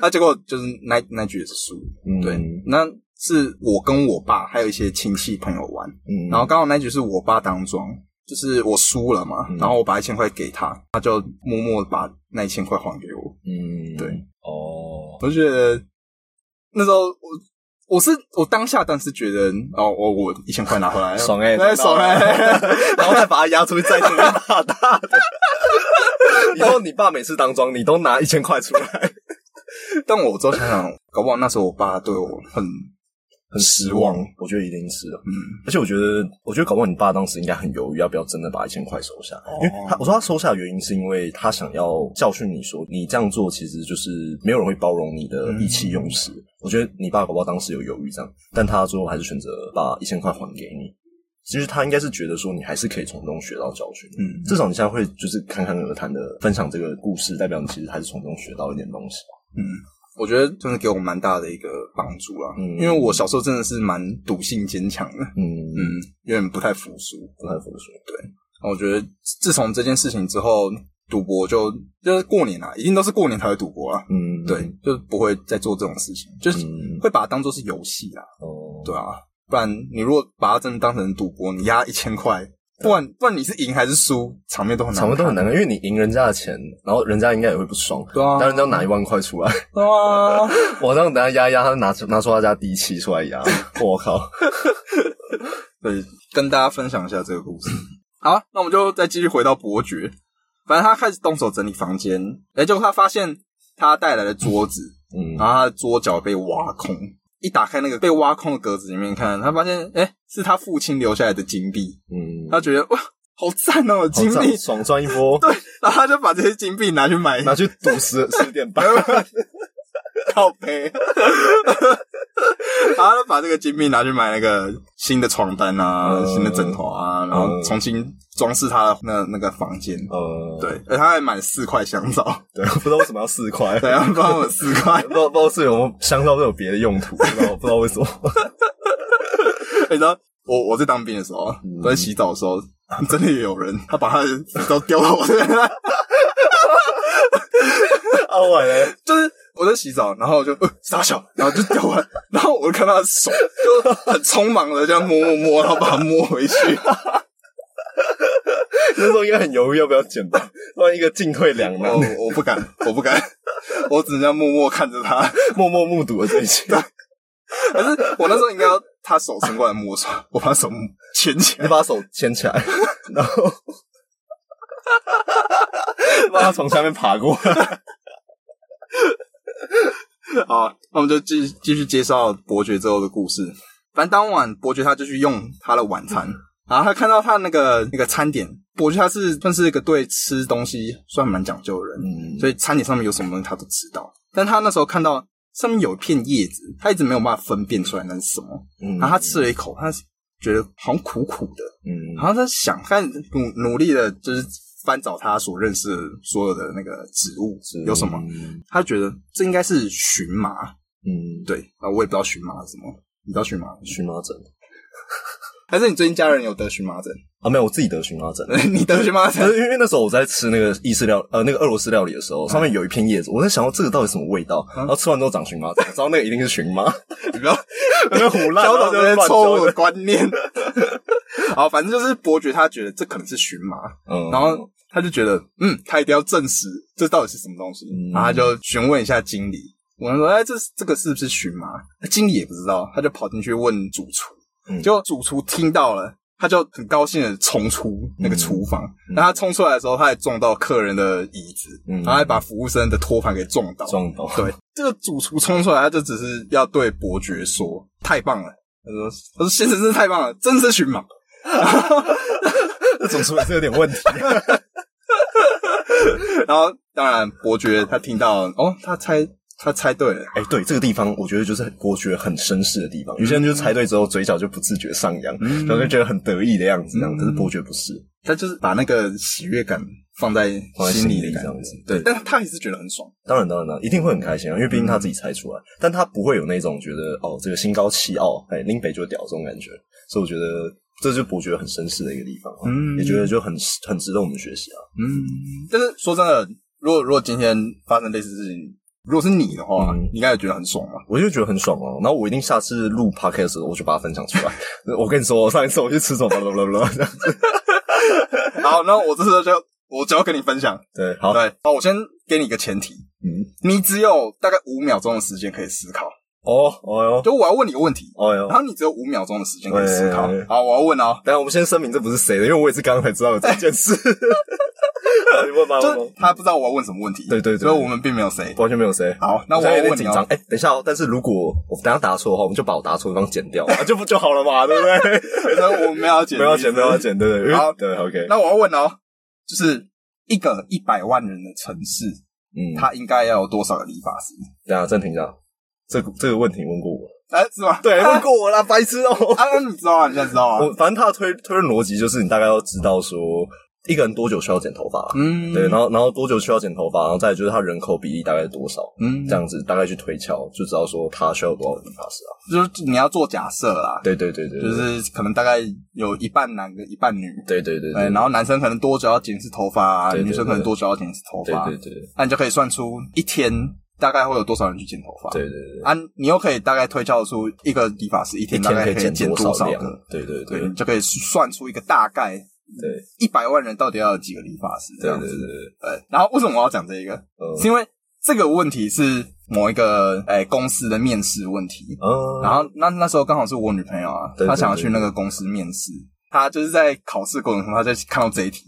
A: 啊，结果就是那那局也是输，
B: 嗯
A: 对，那是我跟我爸还有一些亲戚朋友玩，
B: 嗯，
A: 然后刚好那局是我爸当庄，就是我输了嘛，
B: 嗯
A: 然后我把一千块给他，他就默默地把那一千块还给我。
B: 嗯，
A: 对，
B: 哦，
A: 我就觉得那时候我我是我当下当时觉得哦，我我一千块拿回来了，
B: 爽欸
A: 对爽
B: 爽到了
A: 哎、
B: 然后再把它压出去，再出一大大的。以后你爸每次当庄，你都拿一千块出来，
A: 但我之后想想，搞不好那时候我爸对我很
B: 很失望。我觉得一定是的，
A: 嗯，
B: 而且我觉得，我觉得搞不好你爸当时应该很犹豫，要不要真的把一千块收下来。因为
A: 哦
B: 他我说他收下的原因是因为他想要教训你说，你这样做其实就是没有人会包容你的
A: 嗯
B: 意气用事。我觉得你爸搞不好当时有犹豫这样，但他最后还是选择把一千块还给你。其实他应该是觉得说，你还是可以从中学到教训。
A: 嗯
B: 至少你现在会就是侃侃而谈的分享这个故事，代表你其实还是从中学到一点东西。
A: 我觉得真的给我蛮大的一个帮助啦。
B: 嗯
A: 因为我小时候真的是蛮赌性坚强的，
B: 嗯
A: 嗯，有点不太服输。
B: 不太服输，对，
A: 我觉得自从这件事情之后，赌博就就是过年啊，一定都是过年才会赌博啊。
B: 嗯，
A: 对，就是不会再做这种事情，就是
B: 嗯
A: 会把它当做是游戏啦，
B: 哦，
A: 对啊，不然你如果把它真的当成赌博，你压一千块，不然不然你是赢还是输，场面都很难，啊
B: 场面都很，难看，因为你赢人家的钱，然后人家应该也会不爽，
A: 对啊，
B: 但人家拿一万块出来，
A: 对啊，
B: 我让人家压一压，他拿出拿出他家第七出 来压，我靠，
A: 对，跟大家分享一下这个故事。 好啊，那我们就再继续回到伯爵。反正他开始动手整理房间，哎、结果他发现他带来的桌子，
B: 嗯
A: 然后他的桌角被挖空。一打开那个被挖空的格子里面看，他发现，哎、是他父亲留下来的金币。
B: 嗯，
A: 他觉得哇，好赞哦、金
B: 好
A: 币
B: 赞！爽赚一 波，
A: 然后他就把这些金币拿去买
B: 拿去赌十十点
A: 啊
B: 半，
A: 靠背，然后就把这个金币拿去买那个新的床单啊、
B: 嗯
A: 新的枕头啊，然后重新装饰他的那那个房间。
B: 呃，
A: 对，而他还买四块香皂，
B: 对，不知道为什么要四块，
A: 对，啊他帮我四块
B: 不。知道不知道是有香皂都有别的用途，不知道不知道 为什么，
A: 你知道，我我在当兵的时候，我在洗澡的时候，真的有人他把他的都丢到我这边来，
B: 啊我嘞，
A: 就是我在洗澡，然后我就呃傻小，然后就丢完，然后我就看他的手就很匆忙的这样摸摸摸，然后把它摸回去。
B: 那时候应该很犹豫要不要剪吧，突然一个进退两难
A: 我，我不敢，我不敢， 我只能这样默默看着他。
B: 默默目睹了这一切。
A: 啊可是我那时候应该要他手伸过来摸手，我把手牵起
B: 你
A: 来，
B: 把手牵起来， 然后让他从下面爬过来。
A: 好，那我们就继继续介绍伯爵之后的故事。反正当晚伯爵他就去用他的晚餐，然后他看到他那个那个餐点，伯爵他是算是一个对吃东西算蛮讲究的人，
B: 嗯，
A: 所以餐点上面有什么东西他都知道。但他那时候看到上面有一片叶子，他一直没有办法分辨出来那是什么。
B: 嗯
A: 然后他吃了一口，他觉得好像苦苦的，
B: 嗯
A: 然后在想，看努努力的，就是翻找他所认识的所有的那个植物有什么，
B: 嗯
A: 他觉得这应该是荨麻，
B: 嗯，
A: 对啊，我也不知道荨麻是什么，你知道荨麻吗？
B: 荨麻疹
A: 还是你最近家人有得荨麻疹？
B: 啊，没有，我自己得荨麻疹。
A: 你得荨麻
B: 可
A: 疹？
B: 是因为那时候我在吃那个意式料，呃，那个俄罗斯料理的时候，上面有一片叶子，我在想，这个到底什么味道？然后吃完之后长荨麻疹，我知道那个一定是荨 麻，
A: 你不要
B: 有没有胡乱？
A: 教导这
B: 然
A: 些错
B: 后就乱教
A: 误
B: 的
A: 的观念。 好，反正就是伯爵他觉得这可能是荨麻，
B: 嗯，
A: 然后他就觉得，嗯，他一定要证实这到底是什么东西，
B: 嗯
A: 然后他就询问一下经理。我说，哎，这是这个是不是荨麻？经理也不知道，他就跑进去问主厨，
B: 嗯
A: 结果主厨听到了，他就很高兴的冲出那个厨房。
B: 嗯
A: 然后他冲出来的时候，他还撞到客人的椅子，
B: 嗯
A: 然后还把服务生的托盘给撞倒。
B: 撞 到，
A: 对，这个主厨冲出来，他就只是要对伯爵说：“太棒了！”他说：“他说先生真是太棒了，真是荨麻。”
B: 这种处理是有点问题。
A: 然后当然伯爵他听到哦，他猜他猜对了，
B: 哎、对这个地方，我觉得就是我觉得很绅士的地方。有些人就是猜对之后，嘴角就不自觉上扬，
A: 嗯
B: 然后就觉得很得意的样子，这样。
A: 嗯
B: 可是伯爵不是，
A: 他就是把那个喜悦感放在
B: 放在
A: 心
B: 心
A: 里
B: 里
A: 的感
B: 这
A: 觉嗯
B: 样子。
A: 对，但他还是觉得很爽。
B: 当然当然了，一定会很开心啊，因为毕竟他自己猜出来，但他不会有那种觉得哦，这个心高气傲，哎，拎北就屌这种感觉。所以我觉得这就是伯爵很绅士的一个地方、啊，
A: 嗯
B: 也觉得就很很值得我们学习啊。
A: 嗯，但是说真的，如果如果今天发生类似事情，如果是你的话，
B: 嗯
A: 你应该也觉得很爽吧？
B: 我就觉得很爽哦、然后我一定下次录 podcast 的时候，我就把它分享出来。 我跟你说，我上一次我去吃什么，巴拉巴拉巴拉这样。
A: 好，那我这次就我只要跟你分享，
B: 对，好，
A: 对，好，我先给你一个前提，
B: 嗯，
A: 你只有大概五秒钟的时间可以思考，
B: 哦，哦哟，
A: 就我要问你一个问题。
B: 哦哟
A: 然。后你只有五秒钟的时间可以思考
B: 喂喂喂。
A: 好，我要问哦，
B: 等一下我们先声明这不是谁的，因为我也是刚刚才知道有这 件事。好你问吧，
A: 就
B: 问
A: 是
B: 吧
A: 他不知道我要问什么问题，
B: 对对对
A: 所以我们并没有谁。
B: 完全没有谁。
A: 好，那我
B: 现
A: 要
B: 在有点
A: 问你
B: 紧
A: 哦
B: 张。哎、等一下哦，但是如果我等一下答错的话，我们就把我答错的地方剪掉，啊、就不就好了嘛，对不对？
A: 所以我们没有要 剪，
B: 不要剪，不要。剪，对对对。
A: 好
B: 对，OK。
A: 那我要问哦，就是一个一百万人的城市，
B: 嗯，
A: 它应该要有多少个理发师？
B: 等一下暂停一下，这个这个问题问过我，
A: 哎，是吗？
B: 对，
A: 啊
B: 问，过我啦，白痴哦、
A: 啊你知道啊，你现在知道啊
B: 我。反正他的推推论逻辑就是，你大概要知道说，一个人多久需要剪头发、啊，
A: 嗯，
B: 对，然后然后多久需要剪头发，然后再来就是他人口比例大概是多少，
A: 嗯，
B: 这样子大概去推敲，就知道说他需要多少理发师啊。
A: 就是你要做假设啦，
B: 对对对对，对
A: 就是可能大概有一半男跟一半女，
B: 对对对对，
A: 哎，然后男生可能多久要剪一次头发啊，
B: 对对
A: 女生可能多久要剪一次头
B: 对
A: 发，啊
B: 对对对
A: 那你就可以算出一天大概会有多少人去剪头发，
B: 对对对，
A: 啊，你又可以大概推敲出一个理发师一
B: 一
A: 天大
B: 天
A: 概
B: 可以
A: 以剪
B: 剪
A: 多
B: 少量
A: 个，？
B: 对对对
A: 对，
B: 对
A: 你就可以算出一个大概
B: 对
A: 一百万人到底要有几个理发师这
B: 对
A: 样
B: 对嗯
A: 子。
B: 对，
A: 对，然后为什么我要讲这一个？是因为这个问题是某一个诶、公司的面试问题，
B: 嗯，
A: 然后那那时候刚好是我女朋友啊，
B: 对对
A: 她想要去那个公司面试，她就是在考试过程中，她在看到这一题，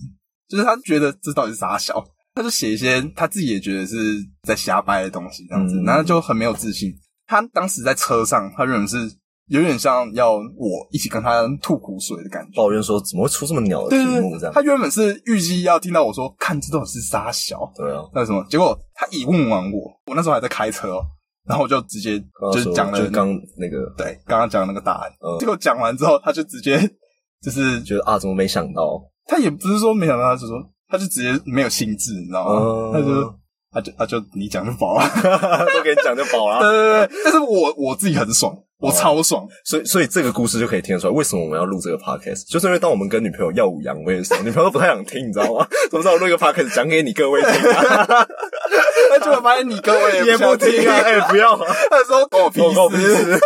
A: 就是她觉得这到底是啥小，她就写一些她自己也觉得是在瞎掰的东西这样子，
B: 嗯
A: 然后就很没有自信。她当时在车上，她原本是有点像要我一起跟她吐苦水的感觉。
B: 抱怨说怎么会出这么鸟的
A: 对
B: 题
A: 对
B: 目这
A: 对，
B: 样
A: 她？原本是预计要听到我说看这到底是啥小，
B: 对啊，
A: 那什么，结果他一问完我，我那时候还在开车哦，然后我就直接
B: 刚
A: 就
B: 刚
A: 是
B: 说
A: 讲了
B: 就刚那个
A: 对刚刚讲的那个答案，
B: 嗯
A: 结果讲完之后，他就直接就是
B: 觉得啊，怎么没想到？
A: 他也不是说没想到，他就说他就直接没有兴致，你知道吗？
B: 嗯
A: 他就说他就他就你讲就饱了，
B: 都给你讲就
A: 对
B: 饱了。
A: 对对对，但是我我自己很爽，
B: 哦
A: 我超爽，
B: 所以，所以这个故事就可以听得出来，为什么我们要录这个 podcast，就是因为当我们跟女朋友耀武扬威的时候，女朋友都不太想听，你知道吗？ 怎么知道我录一个 podcast 讲给你各位听、啊？
A: 那结果发现你跟我也
B: 也
A: 不
B: 不
A: 想
B: 听啊，哎、不要啊，
A: 那时候跟我屁
B: 狗狗屁
A: 事，
B: 事。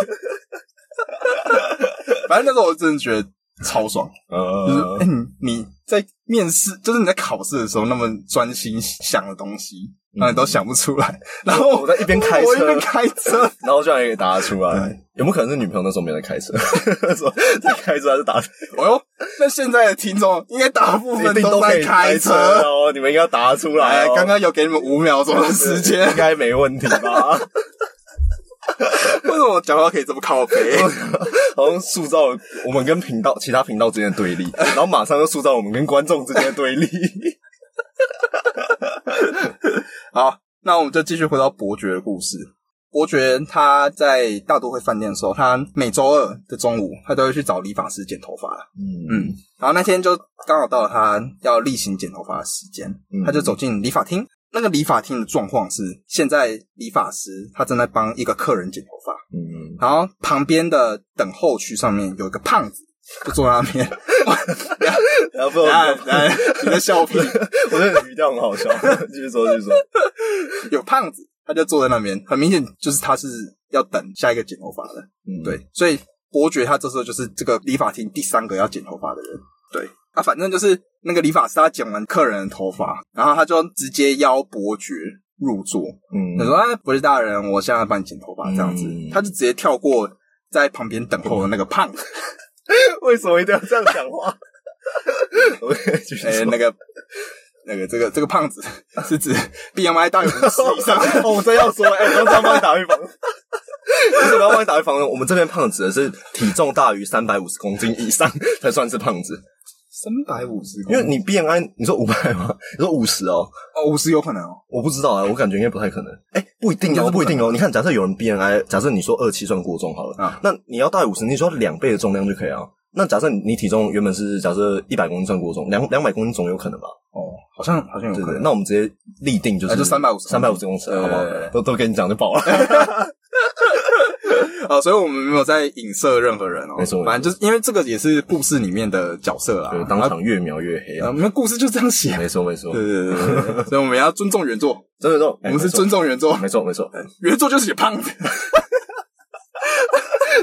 A: 反正那时候我真的觉得超爽。 就是
B: 呃
A: 哎、，你你在面试，就是你在考试的时候那么专心想的东西，那你都想不出来。然后
B: 嗯我在一边开
A: 我一
B: 车
A: 边，开车，
B: 然后居然也给答出
A: 对
B: 来，有没有可能是女朋友那时候没有在开车，说在开车还是打？
A: 哦哟，那现在的听众应该大部分
B: 一定都可
A: 在
B: 以开车
A: 车。
B: 哦，你们应该要答出来
A: 哎
B: 哦。，
A: 刚刚有给你们五秒钟的时间，
B: 应该没问题吧？
A: 为什么我讲话可以这么靠背？
B: 好像塑造了我们跟频道其他频道之间的对立，然后马上就塑造我们跟观众之间的 对立。
A: 好，那我们就继续回到伯爵的故事。伯爵他在大都会饭店的时候，他每周二的中午，他都会去找理发师剪头发。
B: 嗯
A: 嗯，然后那天就刚好到了他要例行剪头发的时间，
B: 嗯
A: 他就走进理发厅。那个理发厅的状况是，现在理发师他正在帮一个客人剪头发，
B: 嗯，
A: 然后旁边的等候区上面有一个胖子就坐在那边。
B: 然后不知道
A: 来来，你在笑屁？
B: 我觉得语调很好笑， 继续说继续说。
A: 有胖子，他就坐在那边，很明显就是他是要等下一个剪头发的。
B: 嗯，
A: 对，所以伯爵他这时候就是这个理发厅第三个要剪头发的人。对，啊，反正就是那个理发师他剪完客人的头发，然后他就直接邀伯爵入座，
B: 嗯
A: 他说：“哎，伯爵大人，我现在帮你剪头发。”这样子，
B: 嗯
A: 他就直接跳过在旁边等候的那个胖 子，
B: 为什么一定要这样讲话 ？OK，继续
A: 哎、
B: 说。
A: 那个。那个这个这个胖子是指 BMI 大于五 十以上，
B: 哦，我真要说，哎、我刚刚帮你打预防。为什么要帮你打预防 呢？我们这边胖子的是体重大于三百五十公斤以上才算是胖子，
A: 三百五十，
B: 因为你 BMI 你说五百吗？你说五十哦，
A: 哦五十有可能哦，
B: 我不知道啊，我感觉应该不太可能。哎、不一定
A: 应该
B: 哦，
A: 是不
B: 不一定哦。你看，假设有人 BMI，假设你说二七算过重好了，
A: 啊
B: 那你要大于五十，你说两倍的重量就可以啊。那假设你你体重原本是假设一百公斤算过重，两两百公斤总有可能吧？
A: 哦，好像好像有
B: 对
A: 可
B: 不对？
A: 能。
B: 那我们直接立定就是
A: 啊就350
B: 三百五十公尺，好不好
A: 对对对？
B: 都都给你讲就饱了。
A: 啊，所以我们没有在影射任何人哦，
B: 没错
A: 反正就是因为这个也是故事里面的角色啦，
B: 对，当场越描越黑
A: 啊，我
B: 啊！
A: 们的故事就这样写，
B: 没错没错
A: 对，对对对 对，所以我们要尊重原作，
B: 真的重，
A: 我们是尊重原作
B: 哎，没错没 错。没错
A: 原作就是写胖 子，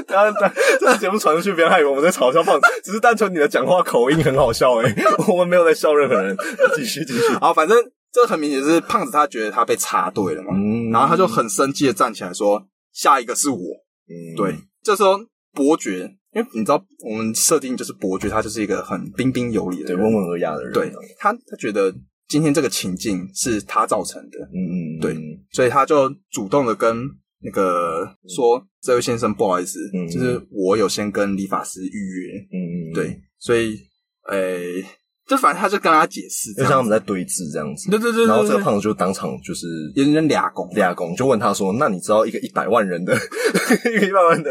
B: 当然，当然这节目传出去，别人还以为我们在嘲笑胖子，只是单纯你的讲话口音很好笑哎，我们没有在笑任何人。继续 继续，
A: 好，反正这很明显是胖子，他觉得他被插队了嘛，
B: 嗯
A: 然后他就很生气的站起来说：“下一个是我。”
B: 嗯
A: 对，这时候伯爵，因为你知道我们设定就是伯爵，他就是一个很彬彬有礼的
B: 对，
A: 人，
B: 温文尔雅的人。嗯
A: 对他他觉得今天这个情境是他造成的，
B: 嗯嗯，
A: 对所以他就主动的跟那个说：“这位先生，不好意思，
B: 嗯
A: 就是我有先跟理发师预
B: 嗯
A: 约，，对，所以，诶、就反正他就跟他解释，
B: 就像我们在对峙这样子。
A: 对对对，
B: 然后这个
A: 对
B: 胖子就当场就是
A: 有点俩拱，
B: 俩工，就问他说：“那你知道一个一百万人的 一个一百万的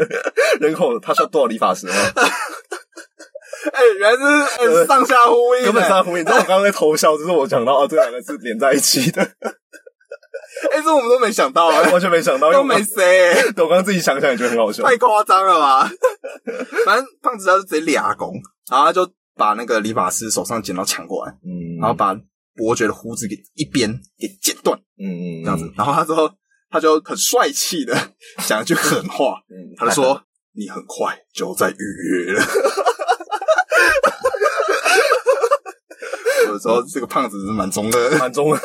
B: 人口，他需要多少理发师吗
A: 哎、对，原来这是呃上下呼应，
B: 根本是在呼应。你知道我刚刚在偷笑，就是我讲到啊，这两个字连在一起的，
A: 哎，这我们都没想到，哎
B: 完全没想到，因为
A: 都
B: 我刚
A: 没哎谁，哎
B: 我刚刚自己想想也觉得很好笑。
A: 太夸张了吧？反正胖子他就直接俩拱，然后他就把那个理发师手上的剪刀抢过来，
B: 嗯
A: 然后把伯爵的胡子给一边给剪断，
B: 嗯嗯
A: 这样子。，然后他之后他就很帅气的 讲一句狠话，
B: 嗯
A: 他就说：“你很快就在预约了。”有时候这个胖子是蛮中二的。
B: 蛮中文。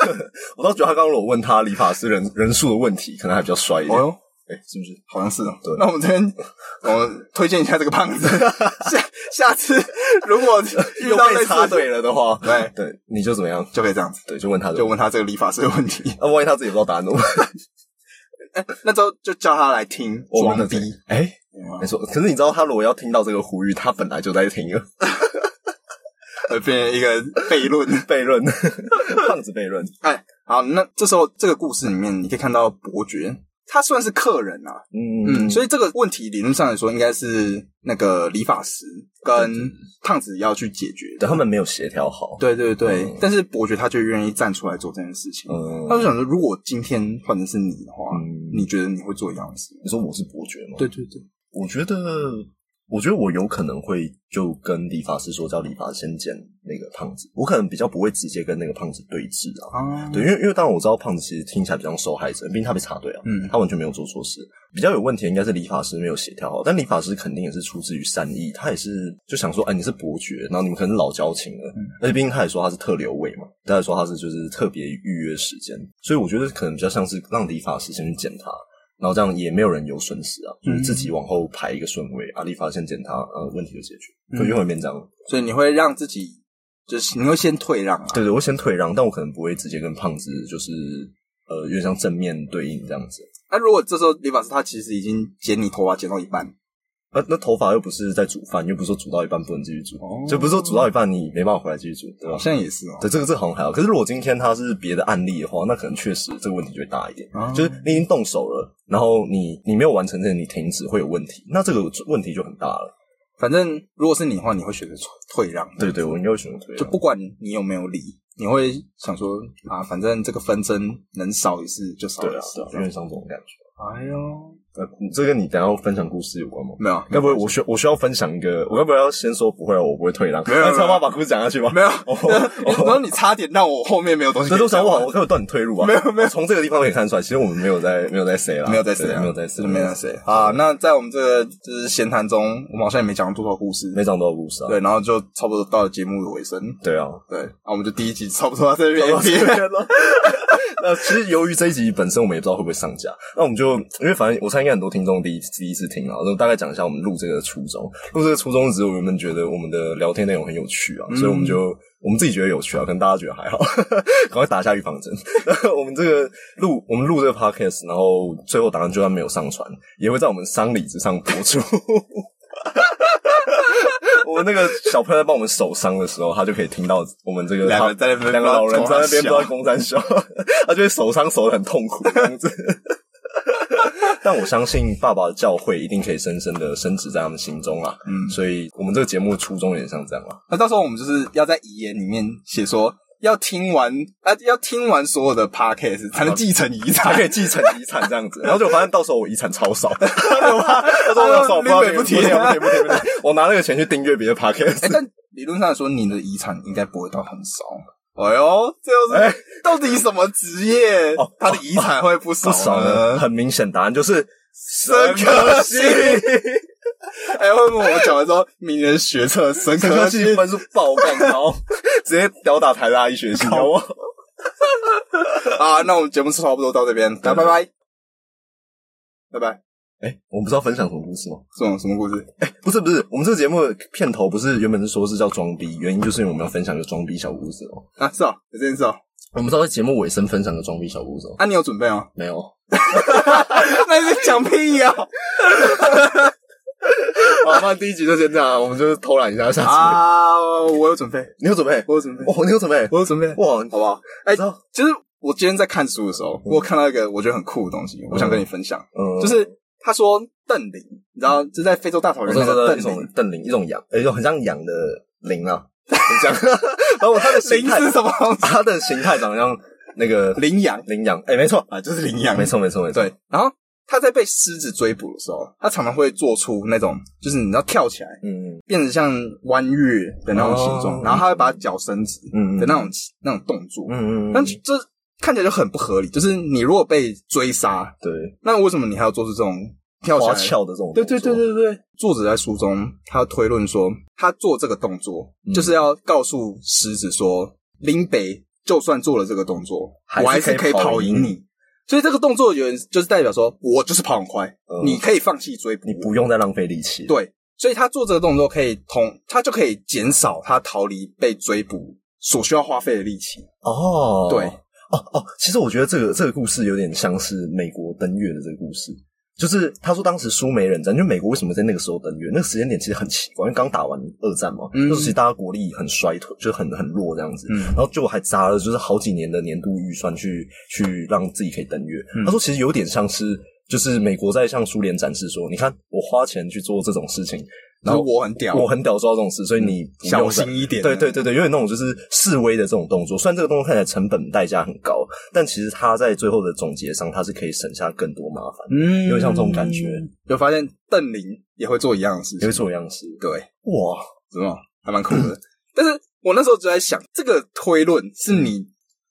B: 我倒觉得他刚刚如果问他理发师人人数的问题，可能还比较帅一点。
A: 哦，
B: 哎、是不是？
A: 好像是哦。
B: 对
A: 那我们这边我们推荐一下这个胖子， 下下次如果遇
B: 又
A: 到类
B: 被
A: 似
B: 插
A: 的，
B: 队了的话，
A: 对，
B: 对，你就怎么样？
A: 就可以这样子，
B: 对，就问他这个
A: 就问他这个理发师的问题。
B: 那、万一他自己不知道答案怎么办？
A: 那之后就叫他来听
B: 我们
A: 装
B: 的
A: 逼，
B: 哎、
A: 嗯啊
B: 没错。可是你知道，他如果要听到这个呼吁，他本来就在听了
A: 呃，变成一个悖论。
B: 悖论， 胖子悖论。
A: 哎，好，那这时候这个故事里面，你可以看到伯爵，他算是客人啊，
B: 嗯
A: 嗯，所
B: 以
A: 以这个问题理论上来说，应该是那个理发师跟胖子要去解决的。
B: 对他们没有协调好。，
A: 对对对，
B: 嗯
A: 但是伯爵他就愿意站出来做这件事情。他就
B: 嗯，
A: 想说，如果今天换成是你的话，
B: 嗯
A: 你觉得你会做一样的事吗？
B: 你说我是伯爵吗？
A: 对，对对，
B: 我觉得，我觉得我有可能会就跟理发师说，叫理发师先剪那个胖子。我可能比较不会直接跟那个胖子对峙啊。
A: 啊，
B: 对，因为因为当然我知道胖子其实听起来比较受害者，毕竟他被插队啊，
A: 嗯
B: 他完全没有做错事。比较有问题的应该是理发师没有协调好，但理发师肯定也是出自于善意，他也是就想说，哎，你是伯爵，然后你们可能是老交情了，
A: 嗯
B: 而且毕竟他也说他是特留位嘛，他也说他是就是特别预约时间，所以我觉得可能比较像是让理发师先去见他。然后这样也没有人有损失啊，
A: 嗯
B: 就是自己往后排一个顺位，啊，理发先见他，呃，问题就解决，就
A: 嗯
B: 永远变这样。
A: 所以你会让自己，就是你会先退让啊。
B: 对对，我先退让，但我可能不会直接跟胖子就是呃，有点像正面对应这样子。
A: 那、如果这时候理发师他其实已经剪你头发剪到一半，
B: 啊，那头发又不是在煮饭，又不是说煮到一半不能继续煮，
A: 哦
B: 就不是说煮到一半你没办法回来继续煮，对吧
A: 好？像也是哦。
B: 对，这个这个好像还好。可是如果今天他是别的案例的话，那可能确实这个问题就会大一点。
A: 哦
B: 就是你已经动手了，然后你你没有完成这个，你停止会有问题，那这个问题就很大了。
A: 反正如果是你的话，你会选择退让。
B: 对对，我应该会选择退啊
A: 就
B: 让。
A: 不管你有没有理，你会想说啊，反正这个纷争能少一次就少
B: 对
A: 一
B: 啊，
A: 次
B: 对啊，。有点像这种感觉。
A: 哎呦，
B: 呃，这跟你等一下要分享故事有关吗？
A: 没有，
B: 该不会我需我需要分享一个？我该不会要先说不会，啊我不会退让？
A: 没有没 有
B: 那超爸把故事讲下去吗？
A: 没有
B: 哦，
A: 然后你差点让我后面没有东西可
B: 这
A: 以
B: 都
A: 讲
B: 想
A: 了。
B: 不好，我可以断你退路啊！
A: 没有没有
B: 从这个地方可以看出来，其实我们没有在没有在谁啦，
A: 没有在谁
B: 对
A: 啊，
B: 没有在谁，
A: 真的没有在谁啊。那在我们这个就是闲谈中，我们好像也没讲多少故事，
B: 没讲多少故事啊。
A: 对，然后就差不多到了节目的尾声，
B: 对啊，
A: 对，那我们就第一集差不多到这边
B: 到这边了。 那其实由于这一集本身我们也不知道会不会上架，那我们就因为反正我猜应该很多听众第一第一次听啊，就大概讲一下我们录这个初衷。录这个初衷只是我们觉得我们的聊天内容很有趣啊，所以我们就我们自己觉得有趣啊，可能大家觉得还好， 赶快打一下预防针。 我们这个录我们录这个 podcast，然后最后档案就算没有上传，也会在我们丧礼之上播出。 我们那个小朋友在帮我们手伤的时候，他就可以听到我们这个
A: 两个人在那边
B: 两个老人在那边不知道
A: 笑
B: 公山 笑，他就会手伤手得很痛苦这样子。 但我相信爸爸的教诲一定可以深深的深植在他们心中啊。
A: 嗯
B: 所以我们这个节目的初衷有点像这样啊。
A: 那到时候我们就是要在遗言里面写说。要听完啊，要听完所有的 podcast 才能继承遗产
B: 还，可以继承遗产这样 子，然后就发现到时候我遗产超 少，他说我少，我不知道
A: 林北不提
B: 不提不提不提不提，我拿那个钱去订阅别的 podcast，
A: 哎、但理论上来说，你的遗产应该不会到很少。哎呦，这又是、
B: 哎
A: 到底什么职业？
B: 哦
A: 他的遗产会不少
B: 不少呢。
A: 呢？
B: 很明显，答案就是
A: 深刻系哎、会不会我们讲完之后，明年学测神
B: 深
A: 科
B: 科
A: 系
B: 系？分数爆干高，直接吊打台大医学系，好不好？
A: 啊，那我们节目差不多到这边，那拜拜，拜拜。
B: 哎、我们不是要分享什么故事吗？
A: 这种什么故事？
B: 不是不是，我们这个节目的片头不是原本是说是叫装逼，原因就是因为我们要分享一个装逼小故事哦。
A: 啊，是哦，有这件事哦。
B: 我们是要在节目尾声分享个装逼小故事哦。
A: 啊，你有准备哦？
B: 没有，
A: 那你在讲屁哦 呀、
B: 好，那第一集就先这样，我们就是偷懒一下，下集、
A: 啊，我有准备，
B: 你有准备？
A: 我有准备，
B: 哇，你有准 备？
A: 我有准备，好
B: 哇，
A: 不好？哎、
B: 知道
A: 其实我今天在看书的时候，我有看到一个我觉得很酷的东西，我想跟你分享。
B: 嗯
A: 就是他说邓林，你知道，就在非洲大草
B: 我
A: 原
B: 说
A: 那
B: 这
A: 个
B: 个
A: 邓
B: 一种
A: 林，
B: 邓林，一种羊，哎、一种很像羊的零 啊，就这样。然后他的形
A: 林
B: 态
A: 是，什么？
B: 他的形态长得像那个
A: 羚羊
B: 羚羊，哎，没错，
A: 啊，就是羚羊，
B: 没错，没错，没错。
A: 对，然后他在被狮子追捕的时候，他常常会做出那种，就是你知道跳起来
B: 嗯，
A: 变得像弯月的那种形状，
B: 哦
A: 然后他会把脚伸直
B: 嗯嗯
A: 的那种、那种动作，
B: 嗯嗯嗯，
A: 但这看起来就很不合理。就是你如果被追杀，
B: 对，
A: 那为什么你还要做出这种跳
B: 花
A: 起来？
B: 俏的这种，
A: 对对对，对对，作者在书中他推论说，他做这个动作、
B: 嗯
A: 就是要告诉狮子说，林北就算做了这个动作，
B: 还是
A: 我还是
B: 可
A: 可
B: 以
A: 以
B: 跑
A: 跑
B: 赢
A: 赢你。所以这个动作有就是代表说，我就是跑很快，
B: 嗯
A: 你可以放弃追捕
B: 你
A: 我，
B: 不用再浪费力气。，
A: 对，所以他做这个动作可以同，他就可以减少他逃离被追捕所需要花费的力气。
B: 哦，
A: 对
B: 哦哦，其实我觉得这个这个故事有点像是美国登月的这个故事，就是他说当时苏美冷战，就美国为什么在那个时候登月？那个时间点其实很奇怪，因为刚打完二战嘛，
A: 嗯
B: 那时候其实大家国力很衰退，就是很很弱这样子。
A: 嗯
B: 然后就还砸了就是好几年的年度预算去去让自己可以登月。
A: 嗯
B: 他说其实有点像是就是美国在向苏联展示说，你看我花钱去做这种事情，然
A: 然后
B: 后
A: 我很屌，
B: 我很屌做到这种事，所以你不用
A: 小
B: 再
A: 心一点。
B: 对对，对对，有点那种就是示威的这种动作。虽然这个动作看起来成本代价很高，但其实它在最后的总结上，它是可以省下更多麻烦。
A: 嗯
B: 有点像这种感觉。
A: 有发现邓林也会做一样的事
B: 也
A: 情
B: 会，做样式，
A: 对，
B: 哇，
A: 怎么还蛮酷的。 但是我那时候就在想，这个推论是你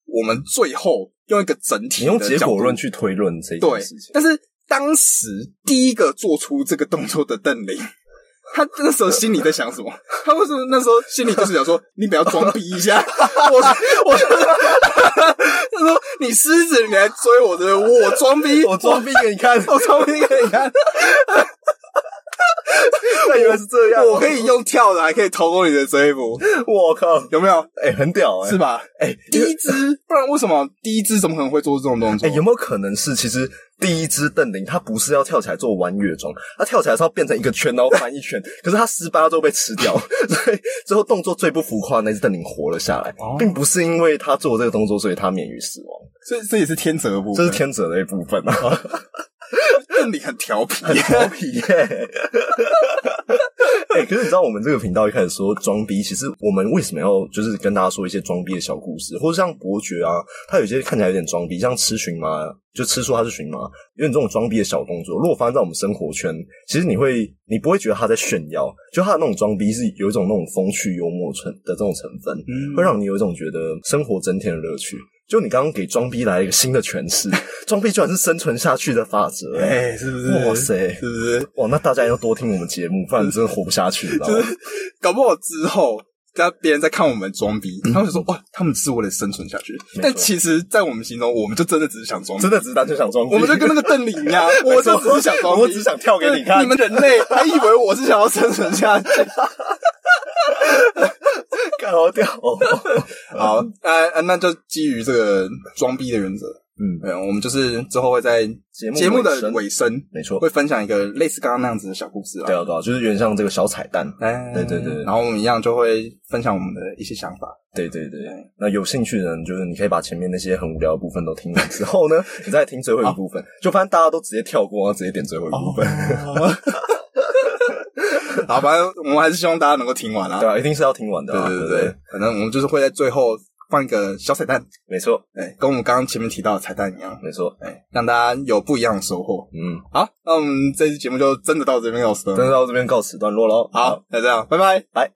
A: 我们最后用一个整体
B: 嗯你用
A: 的
B: 结
A: 角
B: 果
A: 度
B: 论去推论这
A: 对
B: 件事，情，
A: 但是当时第一个做出这个动作的邓林，他那时候心里在想什么？ 他为什么那时候心里就是想说，你不要装逼一下，我 我他说你狮子，你来追我的，我装逼，
B: 我装逼给你看，
A: 我装逼给你看，
B: 那原来是这样，
A: 我可以，用跳的，还可以逃过你的追捕，
B: 我靠，
A: 有没有？
B: 哎，很屌，哎
A: 是？吧？
B: 哎，
A: 第一只， 不然为什么第一只怎么可能会做出这种动作？
B: 哎，有没有可能是其实第一只邓林它不是要跳起来做弯月装，它跳起来是要变成一个圈，然后翻一圈，可是它失败，它最后被吃掉， 所以最后动作最不浮夸的那只邓林活了下来，
A: 哦
B: 并不是因为他做这个动作，所以他免于死亡，
A: 这这也是天择不？
B: 这是天者的一部分啊，
A: 邓林很调皮，
B: 调皮耶、哎、可是你知道我们这个频道一开始说装逼，其实我们为什么要就是跟大家说一些装逼的小故事，或者像伯爵啊，他有些看起来有点装逼，像吃荨麻，就吃说他是荨麻，有点这种装逼的小动作。如果发生在我们生活圈，其实你会你不会觉得他在炫耀，就他的那种装逼是有一种那种风趣幽默成的这种成分，
A: 嗯
B: 会让你有一种觉得生活增添的乐趣。就你刚刚给装逼来一个新的诠释，装逼居然是生存下去的法则、哎
A: 哎，是不是？
B: 哇塞
A: 是不是？
B: 哇，那大家要多听我们节目，不然真的活不下去，你知道吗？
A: 搞不好之后，在别人在看我们装逼，他们就说：“哇，他们只是为了生存下去。”
B: 错
A: 但其实，在我们心中，我们就真的只是想装逼
B: 真，的只是单纯想装逼，
A: 我们就跟那个邓林一样， 我就只是想装逼，
B: 我只想跳给你看
A: 对你们人类还以为我是想要生存下 去。
B: 干 好屌哦。
A: 好，呃，呃那就基于这个装逼的原则，
B: 嗯，
A: 对，我们就是之后会在
B: 节目
A: 节目
B: 尾
A: 的
B: 声
A: 尾声
B: 没错，
A: 会分享一个类似刚刚那样子的小故事啦
B: 对。啊对啊，就是有点像这个小彩蛋。
A: 哎
B: 对对对
A: 然后我们一样就会分享我们的一些想法。
B: 对对对，那有兴趣的人，就是你可以把前面那些很无聊的部分都听完之 后呢，你再听最后一个部分，就发现大家都直接跳过，然后直接点最后一个部分。
A: 哦好，反正我们还是希望大家能够听完啦。
B: 对啊，一定是要听完的
A: 对
B: 啊。
A: 对
B: 对
A: 对对，，反正我们就是会在最后放一个小彩蛋，
B: 没错
A: 哎，跟我们刚刚前面提到的彩蛋一样，
B: 没错。
A: 哎，让大家有不一样的收获。
B: 嗯，
A: 好，那我们这期节目就真的到这边告辞
B: 真的
A: 了。
B: 到这边告辞段落喽。
A: 好，，那这样，拜拜。
B: 拜。